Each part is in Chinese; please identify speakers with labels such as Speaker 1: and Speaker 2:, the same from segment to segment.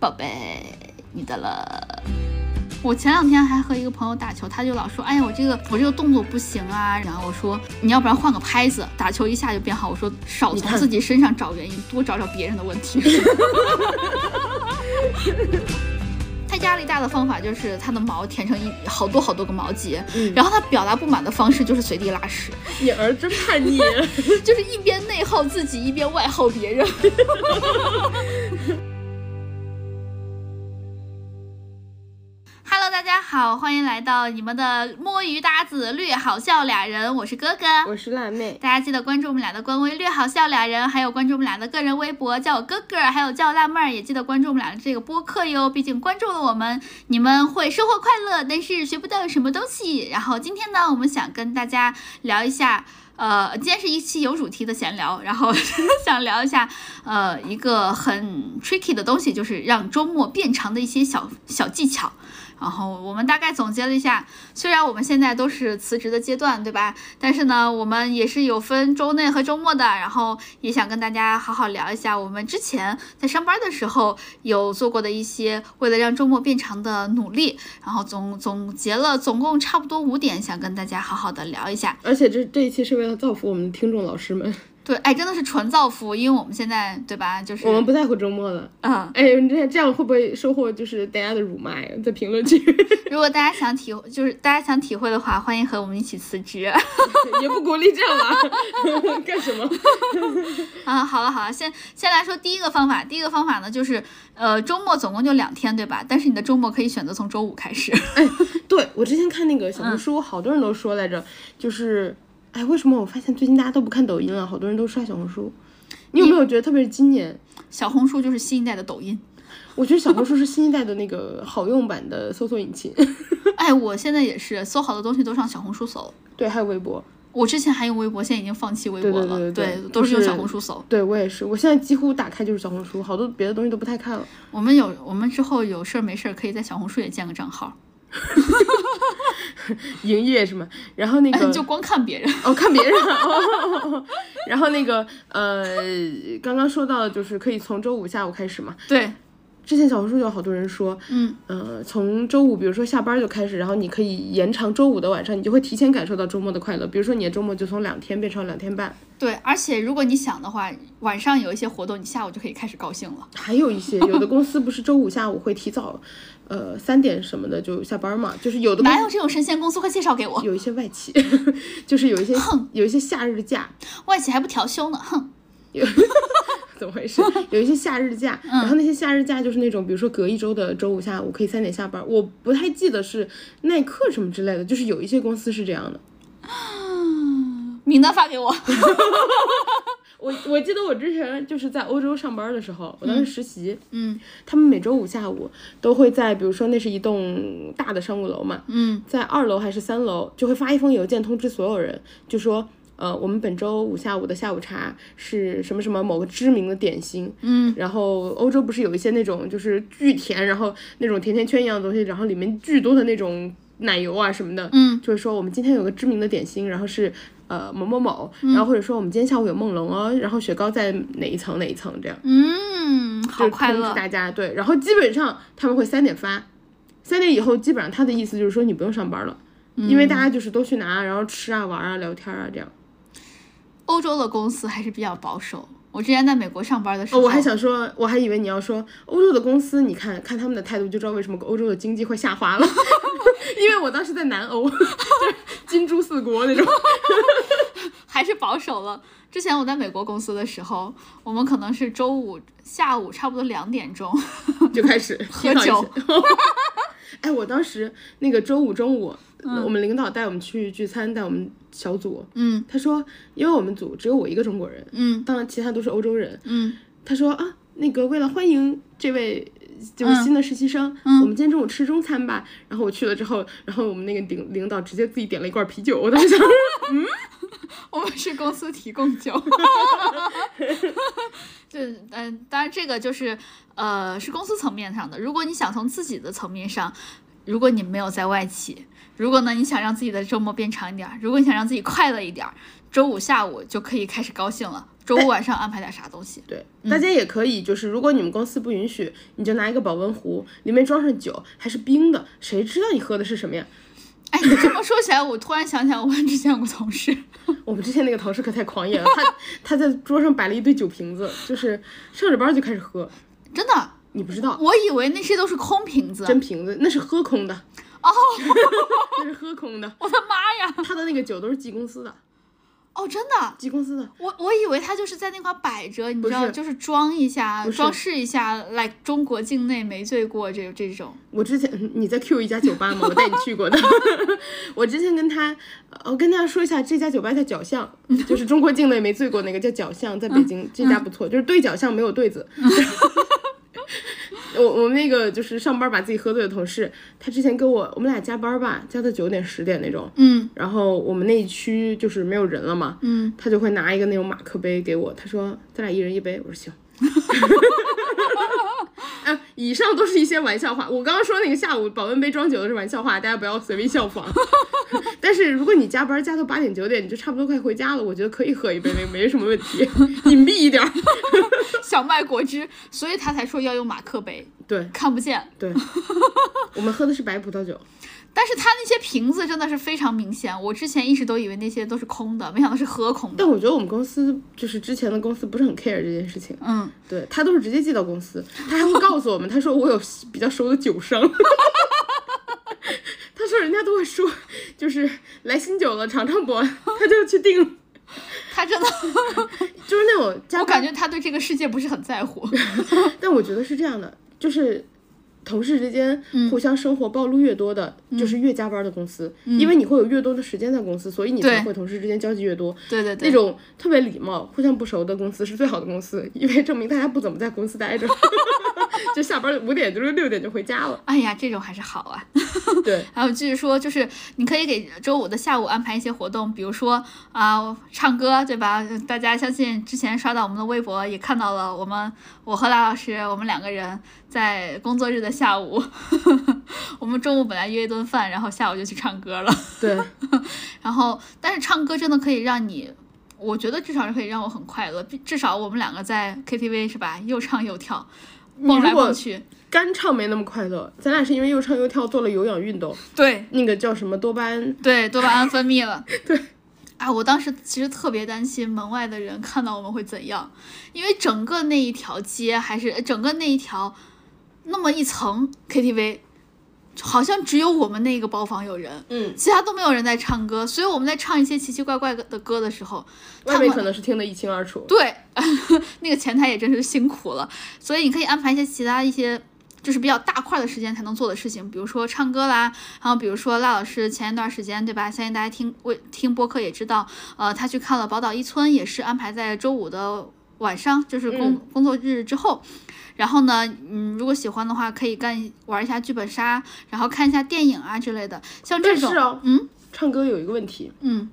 Speaker 1: 宝贝，你的了。我前两天还和一个朋友打球，他就老说，哎呀，我这个我这个动作不行啊。然后我说，你要不然换个拍子，打球一下就变好。我说，少从自己身上找原因，多找找别人的问题。 他压力大的方法就是他的毛填成一好多好多个毛结，
Speaker 2: 嗯
Speaker 1: 然后他表达不满的方式就是随地拉屎，
Speaker 2: 你儿真叛逆，
Speaker 1: 就是一边内耗自己，一边外耗别人。Hello，大家好，欢迎来到你们的摸鱼搭子略好笑俩人，我是哥哥，
Speaker 2: 我是辣妹。
Speaker 1: 大家记得关注我们俩的官微“略好笑俩人”，还有关注我们俩的个人微博，叫我哥哥，还有叫我辣妹儿，也记得关注我们俩的这个播客哟。毕竟关注了我们，你们会收获快乐，但是学不到什么东西。然后今天呢，我们想跟大家聊一下。呃，今天是一期有主题的闲聊，然后 想聊一下，呃，一个很 tricky 的东西，就是让周末变长的一些小小技巧。然后我们大概总结了一下，虽然我们现在都是辞职的阶段，对吧？但是呢，我们也是有分周内和周末的，然后也想跟大家好好聊一下我们之前在上班的时候有做过的一些为了让周末变长的努力，然后总总结了总共差不多五点，想跟大家好好的聊一下。
Speaker 2: 而且这这一期是为了造福我们的听众老师们，
Speaker 1: 对，哎，真的是纯造福，因为我们现在对吧，就是
Speaker 2: 我们不在乎周末了。
Speaker 1: 嗯，
Speaker 2: 哎，你这这样会不会收获就是大家的辱骂呀？在评论区
Speaker 1: 如果大家想体会，就是大家想体会的话，欢迎和我们一起辞职。
Speaker 2: 也不鼓励这样吧？ 干什么？
Speaker 1: 啊，好了好了，先先来说第一个方法。第一个方法呢，就是呃，周末总共就两天，对吧？但是你的周末可以选择从周五开始。
Speaker 2: 对我之前看那个小红书，好多人都说来着，就是哎，为什么我发现最近大家都不看抖音了，好多人都刷小红书？你有没有觉得，特别是今年，
Speaker 1: 小红书就是新一代的抖音。
Speaker 2: 我觉得小红书是新一代的那个好用版的搜索引擎。
Speaker 1: 哎，我现在也是搜好的东西都上小红书搜。
Speaker 2: 对，还有微博。
Speaker 1: 我之前还用微博，现在已经放弃微博了，
Speaker 2: 对对对对对
Speaker 1: 都是
Speaker 2: 就
Speaker 1: 用
Speaker 2: 是
Speaker 1: 小红书搜。
Speaker 2: 对我也是，我现在几乎打开就是小红书，好多别的东西都不太看了。
Speaker 1: 我们有，我们之后有事儿没事儿可以在小红书也建个账号，
Speaker 2: 营业什么，然后那 个、
Speaker 1: 就光看别人。
Speaker 2: 哦看别人，哦、 然后那个呃，刚刚说到就是可以从周五下午开始嘛。
Speaker 1: 对，
Speaker 2: 之前小红书有好多人说，
Speaker 1: 嗯，
Speaker 2: 呃，从周五，比如说下班就开始，然后你可以延长周五的晚上，你就会提前感受到周末的快乐。比如说你的周末就从两天变成两天半，
Speaker 1: 对，而且如果你想的话，晚上有一些活动，你下午就可以开始高兴了。
Speaker 2: 还有一些有的公司不是周五下午会提早，呃，三点什么的就下班嘛，就是有的公
Speaker 1: 哪有这种神仙公司？快介绍给我！
Speaker 2: 有一些外企， 就是有一些有一些夏日假，
Speaker 1: 外企还不调休呢，哼。
Speaker 2: 怎么回事？有一些夏日假，然
Speaker 1: 嗯
Speaker 2: 后那些夏日假就是那种，比如说隔一周的周五下午可以三点下班，我不太记得是耐克什么之类的，就是有一些公司是这样的。
Speaker 1: 名单发给我。
Speaker 2: 我我记得我之前就是在欧洲上班的时候，我当时实习，
Speaker 1: 嗯
Speaker 2: 他们每周五下午都会在，比如说那是一栋大的商务楼嘛，
Speaker 1: 嗯，
Speaker 2: 在二楼还是三楼，就会发一封邮件通知所有人，就说。呃，我们本周五下午的下午茶是什么什么某个知名的点心，
Speaker 1: 嗯，
Speaker 2: 然后欧洲不是有一些那种就是巨甜，然后那种甜甜圈一样的东西，然后里面巨多的那种奶油啊什么的，
Speaker 1: 嗯，
Speaker 2: 就是说我们今天有个知名的点心，然后是呃某某某，
Speaker 1: 嗯
Speaker 2: 然后或者说我们今天下午有梦龙哦，然后雪糕在哪一层哪一层这样，
Speaker 1: 嗯，
Speaker 2: 就
Speaker 1: 好
Speaker 2: 是
Speaker 1: 快
Speaker 2: 通知
Speaker 1: 乐。
Speaker 2: 大家对，然后基本上他们会三点发，三点以后基本上他的意思就是说你不用上班了，因为大家就是都去拿，然后吃啊玩啊聊天啊这样。
Speaker 1: 欧洲的公司还是比较保守。我之前在美国上班的时
Speaker 2: 哦，
Speaker 1: 候，
Speaker 2: 我还想说，我还以为你要说欧洲的公司，你看看他们的态度就知道为什么欧洲的经济会下滑了， 因为我当时在南欧，就是金珠四国那种。
Speaker 1: 还是保守了。之前我在美国公司的时候，我们可能是周五下午差不多两点钟，
Speaker 2: 就开始
Speaker 1: 喝
Speaker 2: 提早一
Speaker 1: 酒
Speaker 2: 些。 哎，我当时那个周五中午，我们领导带我们去聚餐，带我们小组。
Speaker 1: 嗯
Speaker 2: 他说，因为我们组只有我一个中国人，
Speaker 1: 嗯
Speaker 2: 当然其他都是欧洲人。
Speaker 1: 嗯
Speaker 2: 他说啊，那个为了欢迎这位
Speaker 1: 嗯
Speaker 2: 就是新的实习生，我们今天中午吃中餐吧。然后我去了之后，然后我们那个领领导直接自己点了一罐啤酒，我当时想
Speaker 1: 嗯我们是公司提供酒。 对，嗯、当然这个就是呃是公司层面上的。如果你想从自己的层面上，如果你没有在外企，如果呢你想让自己的周末变长一点儿，如果你想让自己快乐一点儿，周五下午就可以开始高兴了。周五晚上安排点啥东西？
Speaker 2: 对，大家也可以，就是如果你们公司不允许，你就拿一个保温壶，里面装上酒，还是冰的，谁知道你喝的是什么呀？
Speaker 1: 哎，你这么说起来，我突然想起来，我之前有个同事，
Speaker 2: 我们之前那个同事可太狂野了，他他在桌上摆了一堆酒瓶子，就是上着班就开始喝，
Speaker 1: 真的，
Speaker 2: 你不知道，
Speaker 1: 我以为那些都是空瓶子。
Speaker 2: 真瓶子那是喝空的，
Speaker 1: 哦，
Speaker 2: 那是喝空的，
Speaker 1: 我的妈呀！
Speaker 2: 他的那个酒都是寄公司的，
Speaker 1: 哦，真的，
Speaker 2: 寄公司的，
Speaker 1: 我我以为他就是在那块摆着，你知道，
Speaker 2: 不是
Speaker 1: 就是装一下，
Speaker 2: 不是
Speaker 1: 装饰一下，来中国境内没醉过这这种。
Speaker 2: 我之前嗯你在 Q 一家酒吧吗？我带你去过的。 我之前跟他，呃我跟大家说一下，这家酒吧叫角巷，就是中国境内没醉过那个叫角巷，在北京、这家不错，就是对角巷没有对子。 我我们那个就是上班把自己喝醉的同事，他之前跟我我们俩加班吧，加到九点十点那种，
Speaker 1: 嗯
Speaker 2: 然后我们那一区就是没有人了嘛，
Speaker 1: 嗯，
Speaker 2: 他就会拿一个那种马克杯给我，他说咱俩一人一杯，我说行。 啊，以上都是一些玩笑话。我刚刚说那个下午保温杯装酒的是玩笑话，大家不要随便效仿。 但是如果你加班加到八点九点，你就差不多快回家了，我觉得可以喝一杯，没没什么问题，隐蔽一点儿。
Speaker 1: 小麦果汁，所以他才说要用马克杯，
Speaker 2: 对
Speaker 1: 看不见。
Speaker 2: 对，我们喝的是白葡萄酒，
Speaker 1: 但是他那些瓶子真的是非常明显，我之前一直都以为那些都是空的，没想到是喝空的
Speaker 2: 但。我觉得我们公司就是之前的公司不是很 care 这件事情。
Speaker 1: 嗯，
Speaker 2: 对他都是直接寄到公司，他还会告诉我们，他说我有比较熟的酒商， 他说人家都会说，就是来新酒了尝尝不，他就去订，
Speaker 1: 他真的，
Speaker 2: 就是那种加
Speaker 1: 我感
Speaker 2: 班，
Speaker 1: 觉他对这个世界不是很在乎。
Speaker 2: 但我觉得是这样的，就是。同事之间
Speaker 1: 嗯
Speaker 2: 互相生活暴露越多的，就是越加班的公司，因为你会有越多的时间在公司，所以你才
Speaker 1: 嗯对
Speaker 2: 会同事之间交际越多。
Speaker 1: 对对对，
Speaker 2: 那种特别礼貌、互相不熟的公司是最好的公司，因为证明大家不怎么在公司待着， 就下班五点就是六点就回家了。
Speaker 1: 哎呀，这种还是好啊。
Speaker 2: 对，
Speaker 1: 还有继续说，就是你可以给周五的下午安排一些活动，比如说啊、唱歌，对吧？大家相信之前刷到我们的微博也看到了，我们我和赖老师，我们两个人在工作日的下午， 我们中午本来约一顿饭，然后下午就去唱歌了。
Speaker 2: 对，
Speaker 1: 然后，但是唱歌真的可以让你，我觉得至少是可以让我很快乐，毕至少我们两个在 KTV 是吧，又唱又跳，
Speaker 2: 如
Speaker 1: 蹦来
Speaker 2: 果
Speaker 1: 蹦去，
Speaker 2: 干唱没那么快乐，咱俩是因为又唱又跳做了有氧运动，
Speaker 1: 对，
Speaker 2: 那个叫什么多巴胺，
Speaker 1: 对，多巴胺分泌了。对，啊，我当时其实特别担心门外的人看到我们会怎样，因为整个那一条街还是呃整个那一条那么一层 KTV，好像只有我们那个包房有人，
Speaker 2: 嗯，
Speaker 1: 其他都没有人在唱歌，所以我们在唱一些奇奇怪怪的歌的时候，
Speaker 2: 外面可能是听得一清二楚。
Speaker 1: 对， 那个前台也真是辛苦了，所以你可以安排一些其他一些。就是比较大块的时间才能做的事情，比如说唱歌啦，然后比如说赖老师前一段时间对吧？相信大家听为听播客也知道，呃，他去看了宝岛一村，也是安排在周五的晚上，就是工、工作日之后。然后呢，嗯，如果喜欢的话，可以干玩一下剧本杀，然后看一下电影啊之类的，像这
Speaker 2: 但
Speaker 1: 种
Speaker 2: 是，哦，
Speaker 1: 嗯，
Speaker 2: 唱歌有一个问题，
Speaker 1: 嗯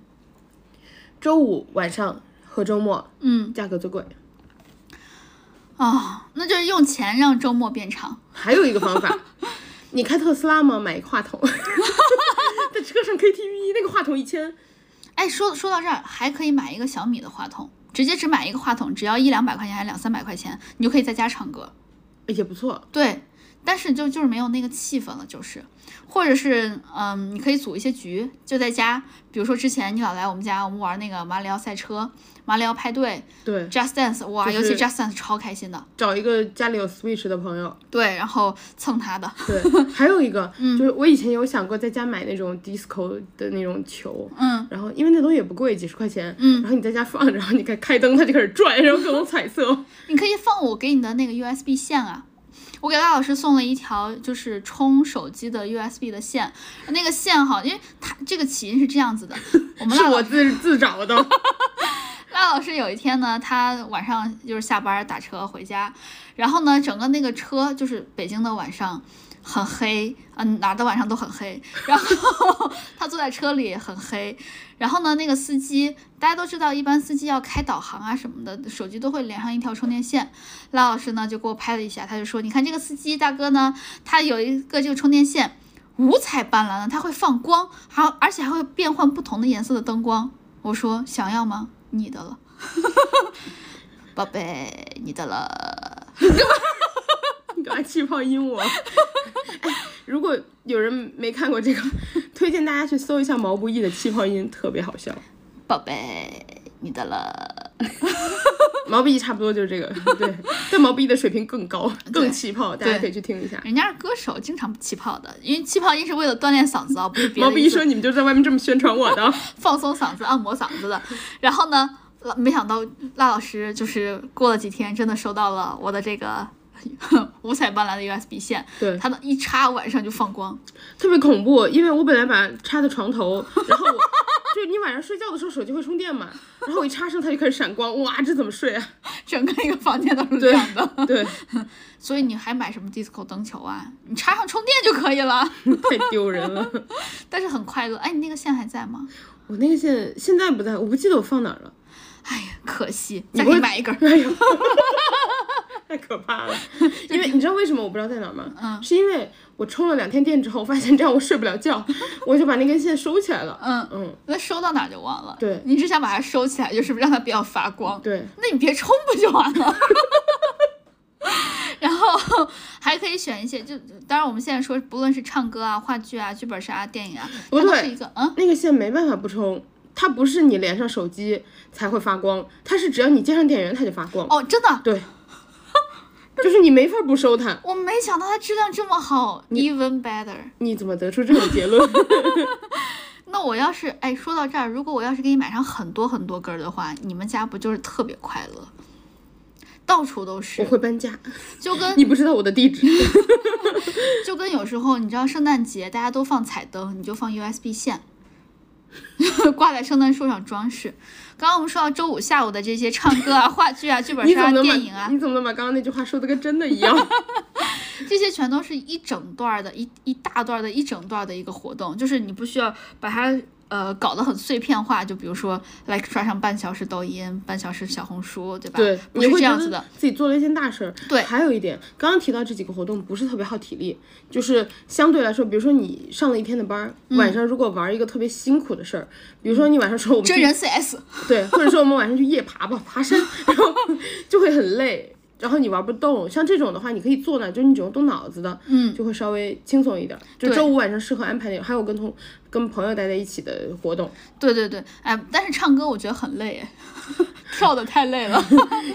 Speaker 2: 周五晚上和周末
Speaker 1: 嗯
Speaker 2: 价格最贵。
Speaker 1: 哦，那就是用钱让周末变长。
Speaker 2: 还有一个 方法，你开特斯拉吗？买一个话筒，在车上 KTV 那个话筒一千，
Speaker 1: 哎，说说到这儿，还可以买一个小米的话筒，直接只买一个话筒，只要一两百块钱还是两三百块钱，你就可以在家唱歌。
Speaker 2: 也不错。
Speaker 1: 对，但是就就是没有那个气氛了，就是，或者是嗯，你可以组一些局，就在家，比如说之前你老来我们家，我们玩那个马里奥赛车、马里奥派对、
Speaker 2: 对，
Speaker 1: Just Dance，哇，
Speaker 2: 就
Speaker 1: 尤
Speaker 2: 是
Speaker 1: 其 Just Dance 超开心的。
Speaker 2: 找一个家里有 Switch 的朋友。
Speaker 1: 对，然后蹭他的，
Speaker 2: 对，还有一个、
Speaker 1: 嗯
Speaker 2: 就是我以前有想过在家买那种 disco 的那种球，
Speaker 1: 嗯，
Speaker 2: 然后因为那东西也不贵，几十块钱，嗯，然后你在家放，然后你开开灯，它就开始转，然后各种彩色。
Speaker 1: 你可以放 我给你的那个 USB 线啊。我给赖老师送了一条就是充手机的 USB 的线，那个线哈，因为它这个起因是这样子的，我们
Speaker 2: 是
Speaker 1: 赖老
Speaker 2: 我自自找的，
Speaker 1: 赖老师有一天呢，他晚上就是下班打车回家，然后呢，整个那个车就是北京的晚上很黑，嗯、哪儿的晚上都很黑。然后 他坐在车里很黑，然后呢，那个司机大家都知道，一般司机要开导航啊什么的，手机都会连上一条充电线。赖老师呢就给我拍了一下，他就说：“你看这个司机大哥呢，他有一个这个充电线。”五彩斑斓的，它会放光，还而且还会变换不同的颜色的灯光。我说想要吗？你的了， 宝贝，你的了。
Speaker 2: 你干嘛气泡音我？ 哎，如果有人没看过这个， 推荐大家去搜一下毛不易的气泡音，特别好笑。
Speaker 1: 宝贝，你的了。
Speaker 2: 毛不易差不多就是这个，对，但毛不易的水平更高，更气泡，大家
Speaker 1: 对
Speaker 2: 可以去听一下。
Speaker 1: 人家是歌手，经常气泡的，因为气泡音是为了锻炼嗓子啊，不是别
Speaker 2: 毛
Speaker 1: 的
Speaker 2: 不
Speaker 1: 意
Speaker 2: 易
Speaker 1: 思。
Speaker 2: 说：“你们就在外面这么宣传 我的，
Speaker 1: 放松嗓子、按摩嗓子的。然后呢，呃没想到赖老师就是过了几天，真的收到了我的这个 五彩斑斓的 USB 线，
Speaker 2: 对
Speaker 1: 它的一插晚上就放光，
Speaker 2: 特别恐怖。因为我本来把它插在床头，然后我就你晚上睡觉的时候手机会充电嘛，然后我一插上它就开始闪光，哇，这怎么睡啊？
Speaker 1: 整个一个房间都是亮 的。
Speaker 2: 对，
Speaker 1: 所以你还买什么 disco 灯球啊？你插上充电就可以了，
Speaker 2: 太丢人了。
Speaker 1: 但是很快乐。哎，你那个线还在吗？
Speaker 2: 我那个线现在不在，我不记得我放哪儿了。
Speaker 1: 哎呀，可惜，
Speaker 2: 你
Speaker 1: 再
Speaker 2: 不
Speaker 1: 给
Speaker 2: 会
Speaker 1: 你买一根儿。
Speaker 2: 哎 呦，太可怕了！因为你知道为什么我不知道在哪儿吗？
Speaker 1: 嗯
Speaker 2: 是因为我充了两天电之后，发现这样我睡不了觉，我就把那根线收起来了。
Speaker 1: 嗯，
Speaker 2: 嗯，
Speaker 1: 那收到哪儿就忘了。
Speaker 2: 对
Speaker 1: 你只想把它收起来，就是让它不要发光。
Speaker 2: 对，
Speaker 1: 那你别充不就完了？ 然后还可以选一些，就当然我们现在说，不论是唱歌啊、话剧啊、剧本杀、啊、电影啊，
Speaker 2: 不
Speaker 1: 它都
Speaker 2: 对
Speaker 1: 是一个嗯，
Speaker 2: 那个线没办法不充，它不是你连上手机才会发光，它是只要你接上电源它就发光。
Speaker 1: 哦，真的，
Speaker 2: 对，就是你没法不收它。
Speaker 1: 我没想到它质量这么好，even better。
Speaker 2: 你怎么得出这种结论？
Speaker 1: 那我要是哎，说到这儿，如果我要是给你买上很多很多根儿的话，你们家不就是特别快乐？到处都
Speaker 2: 我
Speaker 1: 是，
Speaker 2: 会搬家，
Speaker 1: 就跟
Speaker 2: 你不知道我的地址。
Speaker 1: 就跟有时候你知道圣诞节大家都放彩灯，你就放 USB 线， 挂在圣诞树上装饰。刚刚我们说到周五下午的这些唱歌啊、话剧啊、剧本
Speaker 2: 你怎
Speaker 1: 杀、啊、
Speaker 2: 么能把
Speaker 1: 电影啊
Speaker 2: 你，怎么能把刚刚那句话说的跟真的 一样？
Speaker 1: 这些全都是一整段儿的一一大段儿的一整段儿的一个活动，就是你不需要把它。呃，搞得很碎片化，就比如说，like 刷上半小时抖音，半小时小红书，对吧？
Speaker 2: 对，
Speaker 1: 不
Speaker 2: 你
Speaker 1: 是
Speaker 2: 会
Speaker 1: 这
Speaker 2: 觉
Speaker 1: 样子
Speaker 2: 得
Speaker 1: 的。
Speaker 2: 自己做了一件大事儿。
Speaker 1: 对
Speaker 2: 还有一点，刚刚提到这几个活动不是特别耗体力，就是相对来说，比如说你上了一天的班儿，
Speaker 1: 嗯
Speaker 2: 晚上如果玩一个特别辛苦的事儿，比如说你晚上说我们去
Speaker 1: 真人 CS，
Speaker 2: 对，或者说我们晚上去夜爬吧，爬山，然后就会很累，然后你玩不动。像这种的话，你可以坐那，就是你只用动脑子的，
Speaker 1: 嗯，
Speaker 2: 就会稍微轻松一点儿。就
Speaker 1: 对
Speaker 2: 周五晚上适合安排那种，还有跟同跟朋友待在一起的活动，
Speaker 1: 对对对，哎，但是唱歌我觉得很累， 哎跳的太累 了。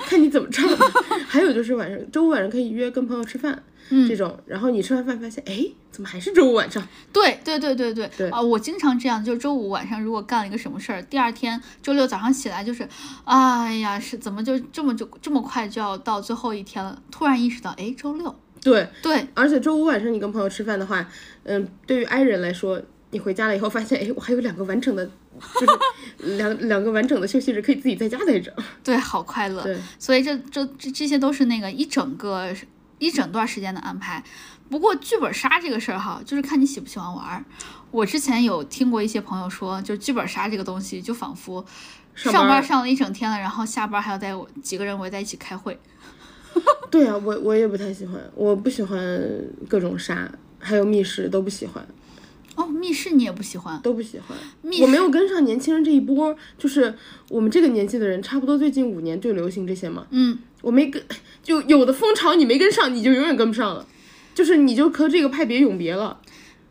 Speaker 2: 看你怎么唱。 还有就是晚上周五晚上可以约跟朋友吃饭。
Speaker 1: 嗯
Speaker 2: 这种，然后你吃完饭发现，哎，怎么还是周五晚上？
Speaker 1: 对对对对对
Speaker 2: 对
Speaker 1: 啊、我经常这样，就是周五晚上如果干了一个什么事儿，第二天周六早上起来就是，哎呀，是怎么就这么就这么快就要到最后一天了？突然意识到，哎，周六，
Speaker 2: 对，
Speaker 1: 对
Speaker 2: 而且周五晚上你跟朋友吃饭的话，嗯，对于 i 人来说，你回家了以后发现，哎，我还有两个完整的，就是 两两个完整的休息日可以自己在家待着。
Speaker 1: 对，好快乐。
Speaker 2: 对，
Speaker 1: 所以这这这这些都是那个一整个一整段时间的安排。不过剧本杀这个事儿哈，就是看你喜不喜欢玩儿。我之前有听过一些朋友说，就是剧本杀这个东西，就仿佛
Speaker 2: 上
Speaker 1: 上
Speaker 2: 班儿
Speaker 1: 班上了一整天了，然后下班还要在几个人围在一起开会。
Speaker 2: 对啊，我我也不太喜欢，我不喜欢各种杀，还有密室都不喜欢，
Speaker 1: 哦，密室你也不喜欢？
Speaker 2: 都不喜欢。
Speaker 1: 密
Speaker 2: 我没
Speaker 1: 室
Speaker 2: 有跟上年轻人这一波，就是我们这个年纪的人，差不多最近五年就流行这些嘛。
Speaker 1: 嗯，
Speaker 2: 我没跟，就有的风潮你没跟上，你就永远跟不上了，就是你就和这个派别永别了。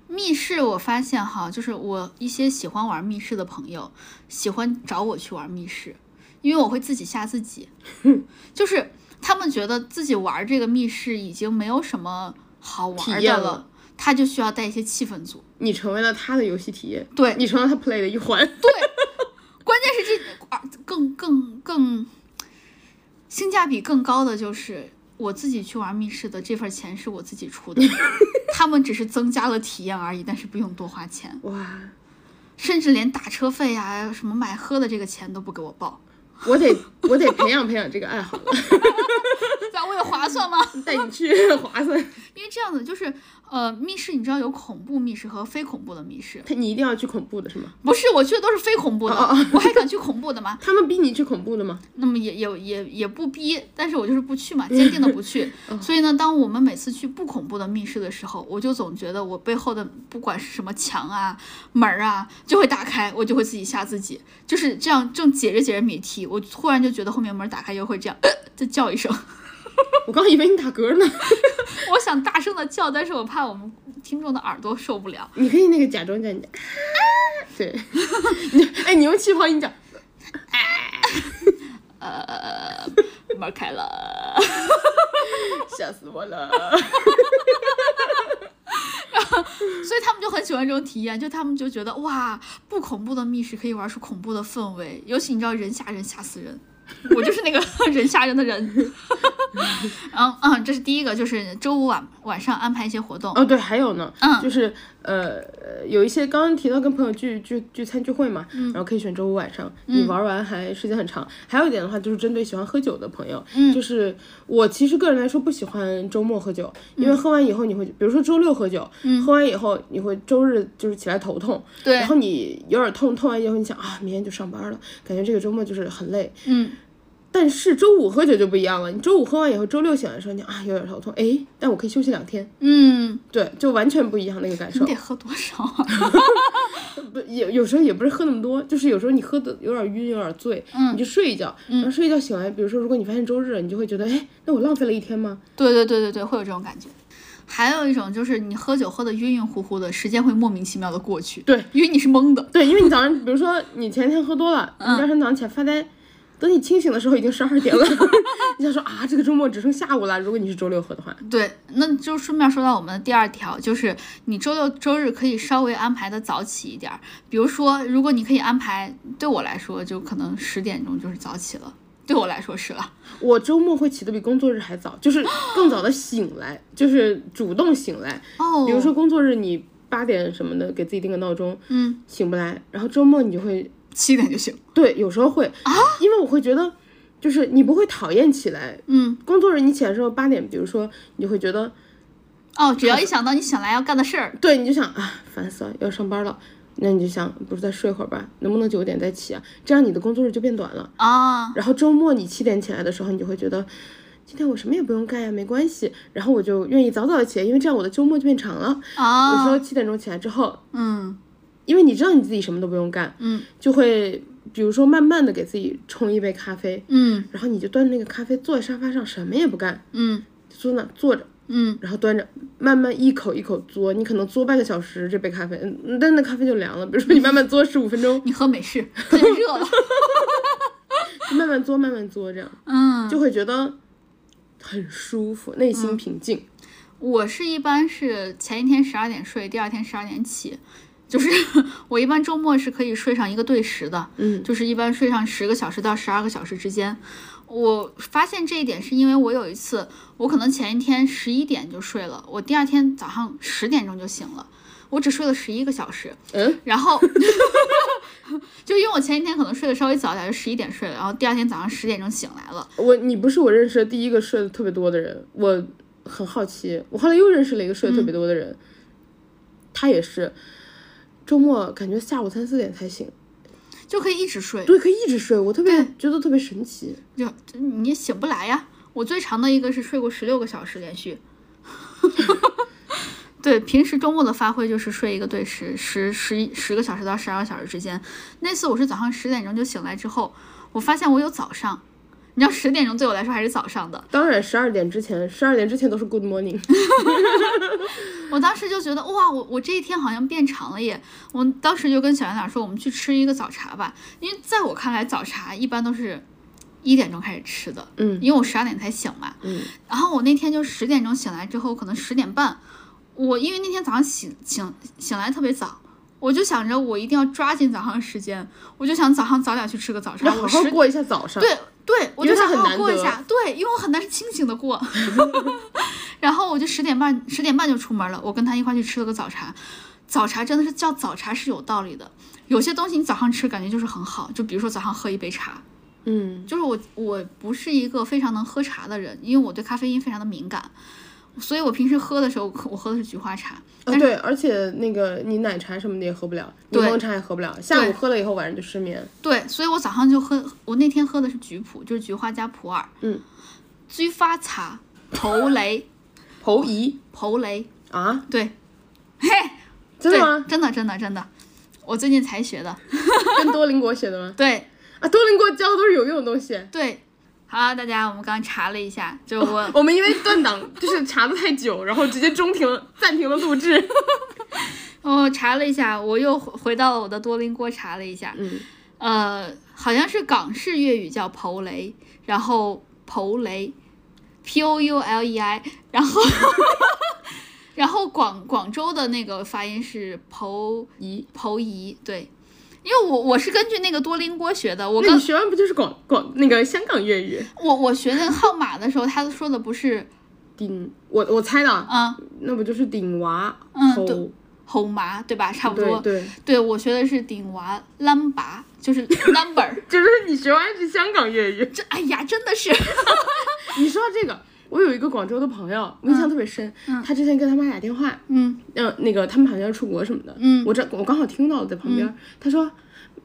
Speaker 1: 密室我发现哈，就是我一些喜欢玩密室的朋友，喜欢找我去玩密室，因为我会自己吓自己，就是他们觉得自己玩这个密室已经没有什么好玩
Speaker 2: 体验
Speaker 1: 的
Speaker 2: 了
Speaker 1: 他就需要带一些气氛组。
Speaker 2: 你成为了他的游戏体验，
Speaker 1: 对
Speaker 2: 你成了他 play 的一环。
Speaker 1: 对，关键是这啊，更更更性价比更高的就是我自己去玩密室的这份钱是我自己 出的，他们只是增加了体验而已，但是不用多花钱。
Speaker 2: 哇，
Speaker 1: 甚至连打车费呀、什么买喝的这个钱都不给我报，
Speaker 2: 我得 我得培养培养这个爱好了，
Speaker 1: 咋为了划算吗？
Speaker 2: 带你去划算。
Speaker 1: 因为这样子就是，嗯、呃，密室你知道有恐怖密室和非恐怖的密室，
Speaker 2: 他你一定要去恐怖的是吗？
Speaker 1: 不是我去的都是非恐怖的，
Speaker 2: 哦
Speaker 1: 我还敢去恐怖的吗？
Speaker 2: 他们逼你去恐怖的吗？
Speaker 1: 那么也也也也不逼，但是我就是不去嘛，坚定的不 去。
Speaker 2: 嗯
Speaker 1: 所以呢，当我们每次去不恐怖的密室的时候，我就总觉得我背后的不管是什么墙啊、门儿啊，就会打开，我就会自己吓自己。就是这样，正解着解着谜题，我突然就觉得后面门打开又会这样，呃再叫一声。
Speaker 2: 我刚以为你打嗝 呢。
Speaker 1: 我想大声的叫，但是我怕我们听众的耳朵受不了。
Speaker 2: 你可以那个假装叫你 的，对， 你哎，你用气泡音讲，
Speaker 1: 呃，门开了。
Speaker 2: 吓死我了。
Speaker 1: 所以他们就很喜欢这种体验，就他们就觉得哇，不恐怖的密室可以玩出恐怖的氛围，尤其你知道人吓人吓死人，我就是那个 人吓人的人。 嗯嗯，这是第一个，就是周五晚晚上安排一些活动。
Speaker 2: 哦，对，还有呢，
Speaker 1: 嗯
Speaker 2: 就是呃，呃有一些刚刚提到跟朋友聚聚聚餐聚会嘛，
Speaker 1: 嗯
Speaker 2: 然后可以选周五晚上，你玩完还时间很长。还有一点的话，就是针对喜欢喝酒的朋友，
Speaker 1: 嗯
Speaker 2: 就是我其实个人来说不喜欢周末喝酒，
Speaker 1: 嗯
Speaker 2: 因为喝完以后你会，比如说周六喝酒，喝完以后你会周日就是起来头痛，
Speaker 1: 对
Speaker 2: 然后你有点痛，痛完以后你想啊，明天就上班了，感觉这个周末就是很累，
Speaker 1: 嗯，
Speaker 2: 但是周五喝酒就不一样了，你周五喝完以后，周六醒来的时候你啊有点头痛，哎，但我可以休息两天，
Speaker 1: 嗯，
Speaker 2: 对，就完全不一样那个感
Speaker 1: 你
Speaker 2: 受。
Speaker 1: 得喝多少啊？
Speaker 2: 不有有时候也不是喝那么多，就是有时候你喝的有点晕，有点醉，
Speaker 1: 嗯
Speaker 2: 你就睡一觉，然后睡一觉醒来，比如说如果你发现周日，你就会觉得，哎，那我浪费了一天吗？
Speaker 1: 对对对对对，会有这种感觉。还有一种就是你喝酒喝的晕晕乎乎的，时间会莫名其妙的过去。
Speaker 2: 对，
Speaker 1: 因为你是懵的。
Speaker 2: 对，因为你早上，比如说你前天喝多了，
Speaker 1: 嗯
Speaker 2: 你第二天早上起来发呆，等你清醒的时候已经十二点了， 你想说啊，这个周末只剩下午了。如果你是周六喝的话，
Speaker 1: 对，那就顺便说到我们的第二条，就是你周六周日可以稍微安排的早起一点儿。比如说，如果你可以安排，对我来说就可能十点钟就是早起了，对我来说是了。
Speaker 2: 我周末会起得比工作日还早，就是更早的醒来，就是主动醒来。
Speaker 1: 哦，
Speaker 2: 比如说工作日你八点什么的给自己定个闹钟，
Speaker 1: 嗯，
Speaker 2: 醒不来，然后周末你就会
Speaker 1: 七点就行。
Speaker 2: 对，有时候会啊，因为我会觉得，就是你不会讨厌起来。
Speaker 1: 嗯，
Speaker 2: 工作日你起来之后八点，比如说，你就会觉得，
Speaker 1: 哦，只要一想到你醒来要干的事儿，
Speaker 2: 对，你就想啊，烦死了，要上班了，那你就想，不是再睡会儿吧，能不能九点再起啊？这样你的工作日就变短了。
Speaker 1: 啊，
Speaker 2: 然后周末你七点起来的时候，你就会觉得，今天我什么也不用干呀、没关系。然后我就愿意早早的起来，因为这样我的周末就变长了。有时
Speaker 1: 啊，
Speaker 2: 候七点钟起来之后，
Speaker 1: 嗯
Speaker 2: 因为你知道你自己什么都不用干，
Speaker 1: 嗯，
Speaker 2: 就会比如说慢慢的给自己冲一杯咖啡，
Speaker 1: 嗯
Speaker 2: 然后你就端着那个咖啡坐在沙发上，什么也不干，
Speaker 1: 嗯
Speaker 2: 就坐那坐着，
Speaker 1: 嗯，
Speaker 2: 然后端着，慢慢一口一口嘬，你可能嘬半个小时这杯咖啡，嗯嗯但是那咖啡就凉了。比如说你慢慢嘬十五分钟，
Speaker 1: 你喝美式， 它就热了。
Speaker 2: 就慢慢嘬，慢慢嘬，这样
Speaker 1: 嗯，
Speaker 2: 就会觉得很舒服，内心平静。
Speaker 1: 我是一般是前一天十二点睡，第二天十二点起，就是 我一般周末是可以睡上一个对时的，
Speaker 2: 嗯
Speaker 1: 就是一般睡上十个小时到十二个小时之间。我发现这一点是因为我有一次，我可能前一天十一点就睡了，我第二天早上十点钟就醒了，我只睡了十一个小时。
Speaker 2: 嗯，
Speaker 1: 然后 就因为我前一天可能睡得稍微早点，就十一点睡了，然后第二天早上十点钟醒来了。
Speaker 2: 我你不是我认识的第一个睡得特别多的人，我很好奇。我后来又认识了一个睡得特别多的人，他也是周末感觉下午三四点才醒，
Speaker 1: 就可以一直睡，
Speaker 2: 对，可以一直睡，我特别觉得特别神奇。
Speaker 1: 就就你也醒不来呀。我最长的一个是睡过十六个小时连续。对，平时周末的发挥就是睡一个对时，十十一十个小时到十二个小时之间。那次我是早上十点钟就醒来之后，我发现我有早上，你知道十点钟对我来说还是早上的，
Speaker 2: 当然，十二点之前，十二点之前都是 Good morning。
Speaker 1: 我当时就觉得哇，我我这一天好像变长了耶！我当时就跟小圆脸说，我们去吃一个早茶吧，因为在我看来，早茶一般都是一点钟开始吃的，
Speaker 2: 嗯
Speaker 1: 因为我十二点才醒嘛，
Speaker 2: 嗯，
Speaker 1: 然后我那天就十点钟醒来之后，可能十点半，我因为那天早上醒醒醒来特别早。我就想着我一定要抓紧早上时间，我就想早上早点去吃个早茶。
Speaker 2: 要好
Speaker 1: 我十
Speaker 2: 好过一下早上。，
Speaker 1: 对对，我就
Speaker 2: 因为
Speaker 1: 想
Speaker 2: 它
Speaker 1: 好
Speaker 2: 很
Speaker 1: 好
Speaker 2: 难
Speaker 1: 过一
Speaker 2: 得
Speaker 1: 下，对，因为我很难是清醒的 过。然后我就十点半十点半就出门了，我跟他一块去吃了个早茶。早茶真的是叫早茶是有道理的，有些东西你早上吃感觉就是很好，就比如说早上喝一杯茶，
Speaker 2: 嗯，
Speaker 1: 就是我我不是一个非常能喝茶的人，因为我对咖啡因非常的敏感。所以我平时喝的时候，我喝的是菊花茶。
Speaker 2: 啊，对，而且那个你奶茶什么的也喝不了，柠
Speaker 1: 对
Speaker 2: 檬茶也喝不了，下
Speaker 1: 对
Speaker 2: 午喝了以后晚上就失眠。
Speaker 1: 对，所以我早上就喝，我那天喝的是菊普，就是菊花加普洱。
Speaker 2: 嗯，
Speaker 1: 菊花茶，头雷，
Speaker 2: 侯怡
Speaker 1: 头雷，
Speaker 2: 啊，
Speaker 1: 对，
Speaker 2: 真的吗？
Speaker 1: 对，真的，真的，真的，我最近才学的。
Speaker 2: 跟多邻国学 的吗？
Speaker 1: 对
Speaker 2: 啊，多邻国教的都是有用的东西。
Speaker 1: 对，好，大家，我们刚查了一下，就我
Speaker 2: 我们因为断档， 就是查的太久，然后直接中停了，暂停了录制。
Speaker 1: 我哦查了一下，我又回回到了我的多邻国查了一下，
Speaker 2: 嗯，
Speaker 1: 呃，好像是港式粤语叫“剖雷”，然后“剖雷 ”，P O U L E I，然 后，然后广广州的那个发音是“剖
Speaker 2: 怡，
Speaker 1: 剖仪”，对，因为我我是根据那个多邻国学的，我
Speaker 2: 那
Speaker 1: 刚
Speaker 2: 你学完不就是广广那个香港粤语？
Speaker 1: 我我学那个号码的时候，他说的不是
Speaker 2: 顶，我我猜的啊，
Speaker 1: 嗯
Speaker 2: 那不就是顶娃
Speaker 1: 嗯
Speaker 2: 侯？
Speaker 1: 对红麻对吧？差不
Speaker 2: 对
Speaker 1: 多，
Speaker 2: 对，
Speaker 1: 对我学的是顶娃 number，就是 number，
Speaker 2: 就是你学完是香港粤语。
Speaker 1: 这哎呀真的是。
Speaker 2: 你说到这个，我有一个广州的朋友，我印象特别深。他之前跟他妈打电话，
Speaker 1: 嗯
Speaker 2: 嗯，那个他们好像要出国什么的。
Speaker 1: 嗯
Speaker 2: 我这我刚好听到了在旁边，他说。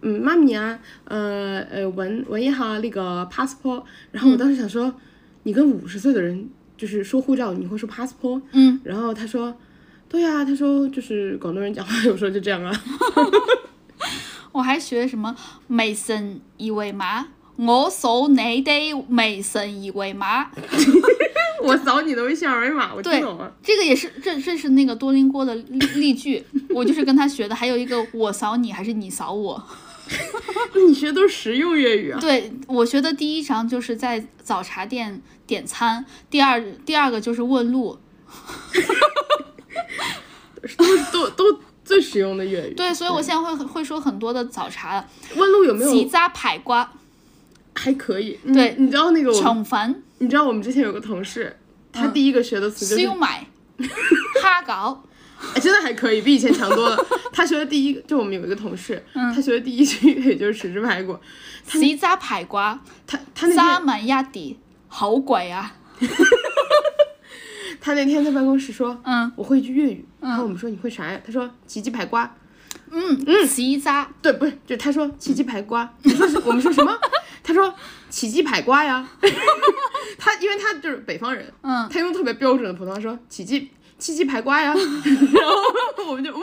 Speaker 2: 嗯，妈咪啊，呃呃，文文一下那个 passport，然后我当时想说，你跟五十岁的人就是说护照，你会说 passport，
Speaker 1: 嗯，
Speaker 2: 然后他说，对呀、他说就是广东人讲话有时候就这样啊，
Speaker 1: 我还学什么微信二维码，我扫你的微信二维码，
Speaker 2: 我扫你的微信二维码，我听
Speaker 1: 对
Speaker 2: 懂了，
Speaker 1: 这个也是这这是那个多邻国的例例句，我就是跟他学的。还有一个我扫你还是你扫我，
Speaker 2: 那你学的都是实用粤语啊，
Speaker 1: 对我学的第一章就是在早茶店点餐，第二第二个就是问路，
Speaker 2: 都都都最实用的粤语。
Speaker 1: 对，所以我现在会会说很多的早茶，
Speaker 2: 问路有没
Speaker 1: 几
Speaker 2: 有
Speaker 1: 扎排骨、
Speaker 2: 还可以？嗯
Speaker 1: 对
Speaker 2: 你，你知道那个我们，
Speaker 1: 肠粉、
Speaker 2: 你知道我们之前有个同事，
Speaker 1: 嗯
Speaker 2: 他第一个学的词就是
Speaker 1: 烧麦、虾饺，
Speaker 2: 哎，真的还可以，比以前强 多了。他学的第一个，就我们有一个同事，
Speaker 1: 嗯
Speaker 2: 他学的第一句也就是豉汁排骨。
Speaker 1: 几扎排骨、
Speaker 2: 他他那
Speaker 1: 三
Speaker 2: 天
Speaker 1: 文一碟，好贵啊！
Speaker 2: 他那天在办公室说，
Speaker 1: 嗯
Speaker 2: 我会一句粤语，然后我们说你会啥呀？他说奇鸡排瓜。
Speaker 1: 嗯嗯，奇渣
Speaker 2: 对，不是，就他说奇鸡排瓜， 我说是我们说什么？ 他说奇鸡排瓜呀。 他因为他就是北方人，
Speaker 1: 嗯
Speaker 2: 他用特别标准的普通话说奇鸡奇鸡 排瓜呀， 然后我们就嗯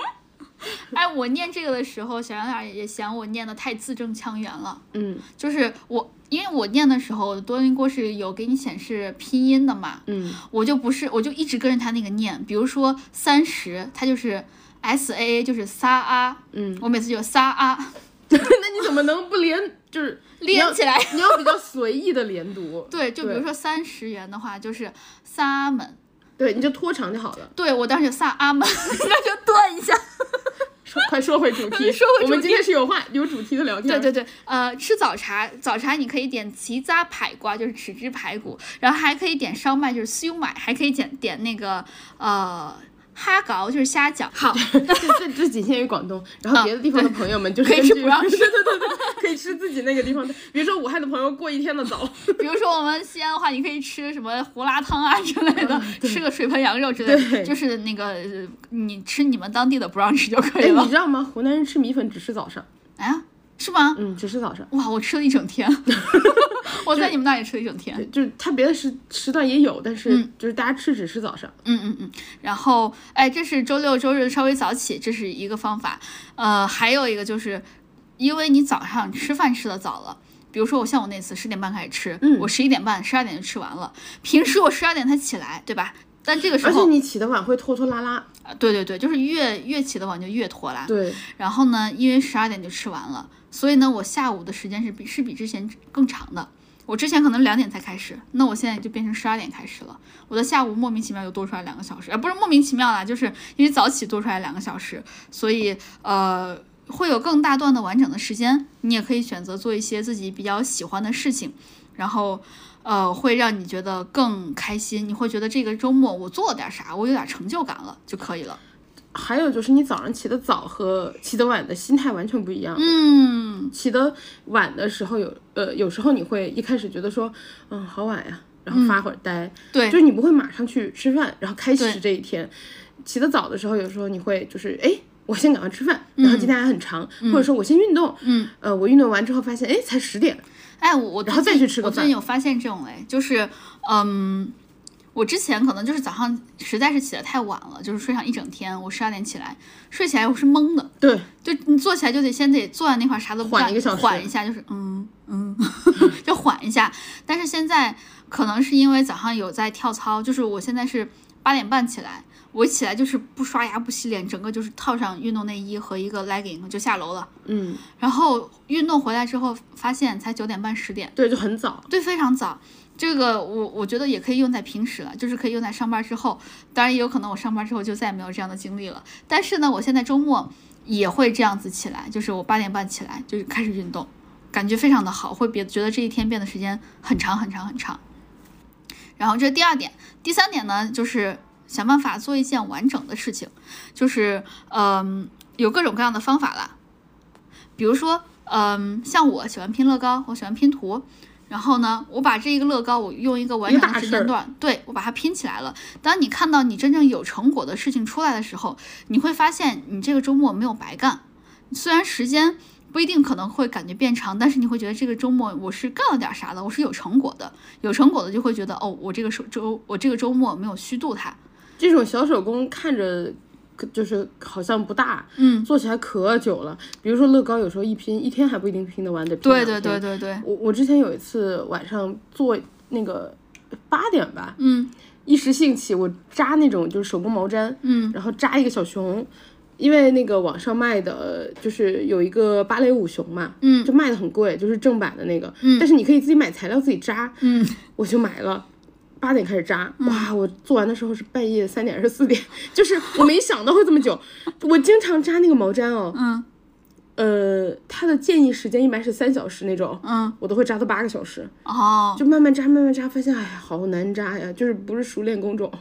Speaker 1: 哎，我念这个的时候，小杨俩也嫌我念的太字正腔圆了。
Speaker 2: 嗯
Speaker 1: 就是我，因为我念的时候，多邻国是有给你显示拼音的嘛，
Speaker 2: 嗯
Speaker 1: 我就不是，我就一直跟着他那个念。比如说三十，它就是 S A A，就是撒啊，
Speaker 2: 嗯，
Speaker 1: 我每次就撒啊，
Speaker 2: 那你怎么能不连就是你要
Speaker 1: 连起来。
Speaker 2: 你要比较随意的连读，
Speaker 1: 对，就比如
Speaker 2: 对
Speaker 1: 说三十元的话，就是撒门。
Speaker 2: 对，你就拖长就好了。
Speaker 1: 对我当时就撒阿门， 那就顿一下。
Speaker 2: 说快说回主题，
Speaker 1: 说回
Speaker 2: 我们
Speaker 1: 主
Speaker 2: 今天是有话有主题的聊天。
Speaker 1: 对对对，呃，吃早茶，早茶你可以点奇扎排瓜，就是豉汁排骨，然后还可以点烧麦，就是烧麦，还可以点点那个呃哈搞，就是虾饺。好，
Speaker 2: 这这这仅限于广东，然后
Speaker 1: 啊
Speaker 2: 别的地方的朋友们就 是
Speaker 1: 可以吃
Speaker 2: 根据
Speaker 1: 不让吃
Speaker 2: 对对对对，可以吃自己那个地方的。比如说武汉的朋友过一天 的早，
Speaker 1: 比如说我们西安的话，你可以吃什么胡辣汤啊之类 的，吃个水盆羊肉之类
Speaker 2: 嗯对
Speaker 1: 的，就是那个呃你吃你们当地的不让吃就可
Speaker 2: 哎，
Speaker 1: 以
Speaker 2: 你
Speaker 1: 了
Speaker 2: 知。道吗？湖南人吃米粉只吃早上，
Speaker 1: 哎呀，是吗？
Speaker 2: 嗯，只吃早上。
Speaker 1: 哇，我吃了一整 天，我在你们那里吃了一整天。
Speaker 2: 对，就是他别的时时段也有，但是就是大家吃只吃早上。
Speaker 1: 嗯嗯嗯，然后哎，这是周六周日稍微早起，这是一个方法。呃，还有一个就是，因为你早上吃饭吃的早了，比如说我像我那次十点半开始吃，
Speaker 2: 嗯
Speaker 1: 我十一点半、十二点就吃完了。平时我十二点才起来，对吧？但这个时
Speaker 2: 而且
Speaker 1: 候，
Speaker 2: 你起得晚会拖拖拉拉，
Speaker 1: 啊对对对，就是越越起得晚就越拖拉。
Speaker 2: 对，
Speaker 1: 然后呢，因为十二点就吃完了，所以呢，我下午的时间是比是比之前更长的。我之前可能两点才开始，那我现在就变成十二点开始了。我的下午莫名其妙又多出来两个小时，啊，不是莫名其妙啦，就是因为早起多出来两个小时，所以呃会有更大段的完整的时间。你也可以选择做一些自己比较喜欢的事情，然后呃会让你觉得更开心，你会觉得这个周末我做了点啥，我有点成就感了就可以了。
Speaker 2: 还有就是你早上起得早和起得晚的心态完全不一样。
Speaker 1: 嗯，
Speaker 2: 呃起得晚的时候有呃，有时候你会一开始觉得说，嗯，好晚呀，然后发会儿呆，
Speaker 1: 对
Speaker 2: 就是你不会马上去吃饭，然后开
Speaker 1: 对
Speaker 2: 始这一天。起得早的时候，有时候你会就是哎。我先赶快吃饭，然后今天还很长，或者说我先运动，
Speaker 1: 嗯，
Speaker 2: 呃，我运动完之后发现，哎，才十点，
Speaker 1: 哎，我我最
Speaker 2: 然后再
Speaker 1: 近
Speaker 2: 去吃个
Speaker 1: 我最
Speaker 2: 饭
Speaker 1: 近有发现这种哎，就是嗯，我之前可能就是早上实在是起得太晚了，就是睡上一整天，我十二点起来，睡起来我是懵的，
Speaker 2: 对，
Speaker 1: 就你坐起来就得先得坐在那块儿啥都不干，
Speaker 2: 缓一个小时
Speaker 1: 缓一下就是嗯嗯， 就缓一下。但是现在可能是因为早上有在跳操，就是我现在是八点半起来，我起来就是不刷牙不洗脸，整个就是套上运动内衣和一个 legging 就下楼了。
Speaker 2: 嗯，
Speaker 1: 然后运动回来之后，发现才九点半十点，
Speaker 2: 对，就很早，
Speaker 1: 对，非常早。这个我我觉得也可以用在平时了，就是可以用在上班之后。当然也有可能我上班之后就再也没有这样的经历了。但是呢，我现在周末也会这样子起来，就是我八点半起来就是开始运动，感觉非常的好，会别觉得这一天变得时间很长很长很长。然后这是第二点，第三点呢就是想办法做一件完整的事情，就是嗯有各种各样的方法啦，比如说嗯像我喜欢拼乐高，我喜欢拼图。然后呢，我把这一个乐高，我用一个完
Speaker 2: 一个
Speaker 1: 整的
Speaker 2: 大
Speaker 1: 时
Speaker 2: 事
Speaker 1: 间
Speaker 2: 儿
Speaker 1: 段，对我把它拼起来了。当你看到你真正有成果的事情出来的时候，你会发现你这个周末没有白干。虽然时间不一定可能会感觉变长，但是你会觉得这个周末我是干了点啥的，我是有成果的。有成果的就会觉得哦，我这个周周我这个周末没有虚度它。
Speaker 2: 这种小手工看着可就是好像不大，
Speaker 1: 嗯，
Speaker 2: 做起来可久了。比如说乐高，有时候一拼一天还不一定拼得完，得拼
Speaker 1: 对对
Speaker 2: 两
Speaker 1: 对
Speaker 2: 天。
Speaker 1: 对对，
Speaker 2: 我我之前有一次晚上做那个八点吧，
Speaker 1: 嗯
Speaker 2: 一时兴起，我扎那种就是手工毛毡，
Speaker 1: 嗯
Speaker 2: 然后扎一个小熊。因为那个网上卖的，就是有一个芭蕾舞熊嘛，
Speaker 1: 嗯
Speaker 2: 就卖的很贵，就是正版的那个，
Speaker 1: 嗯
Speaker 2: 但是你可以自己买材料自己扎，
Speaker 1: 嗯，
Speaker 2: 我就买了。八点开始扎，哇！我做完的时候是半夜三点还是四点，就是我没想到会这么久。我经常扎那个毛毡哦，
Speaker 1: 嗯
Speaker 2: 呃，它的建议时间一般是三小时那种，
Speaker 1: 嗯，
Speaker 2: 我都会扎到八个小时，
Speaker 1: 哦。
Speaker 2: 就慢慢扎，慢慢扎，发现哎呀，好难扎呀，就是不是熟练工种。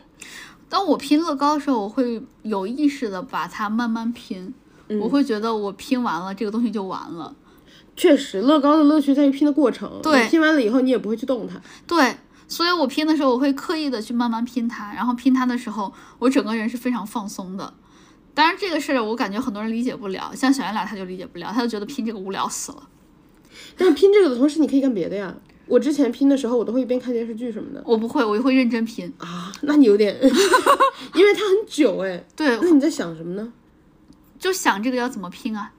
Speaker 1: 当我拼乐高的时候，我会有意识的把它慢慢拼，我会觉得我拼完了这个东西就完了。
Speaker 2: 确实，乐高的乐趣在于拼的过程，
Speaker 1: 对
Speaker 2: 你拼完了以后你也不会去动它，
Speaker 1: 对，所以我拼的时候，我会刻意的去慢慢拼它，然后拼它的时候，我整个人是非常放松的。当然，这个事儿我感觉很多人理解不了，像小圆脸他就理解不了，他就觉得拼这个无聊死了。
Speaker 2: 但是拼这个的同时你可以干别的呀。我之前拼的时候，我都会一边看电视剧什么的
Speaker 1: 我不会，我会认真拼。
Speaker 2: 啊，那你有点， 因为它很久哎，
Speaker 1: 对，
Speaker 2: 那你在想什么呢？
Speaker 1: 就想这个要怎么拼啊，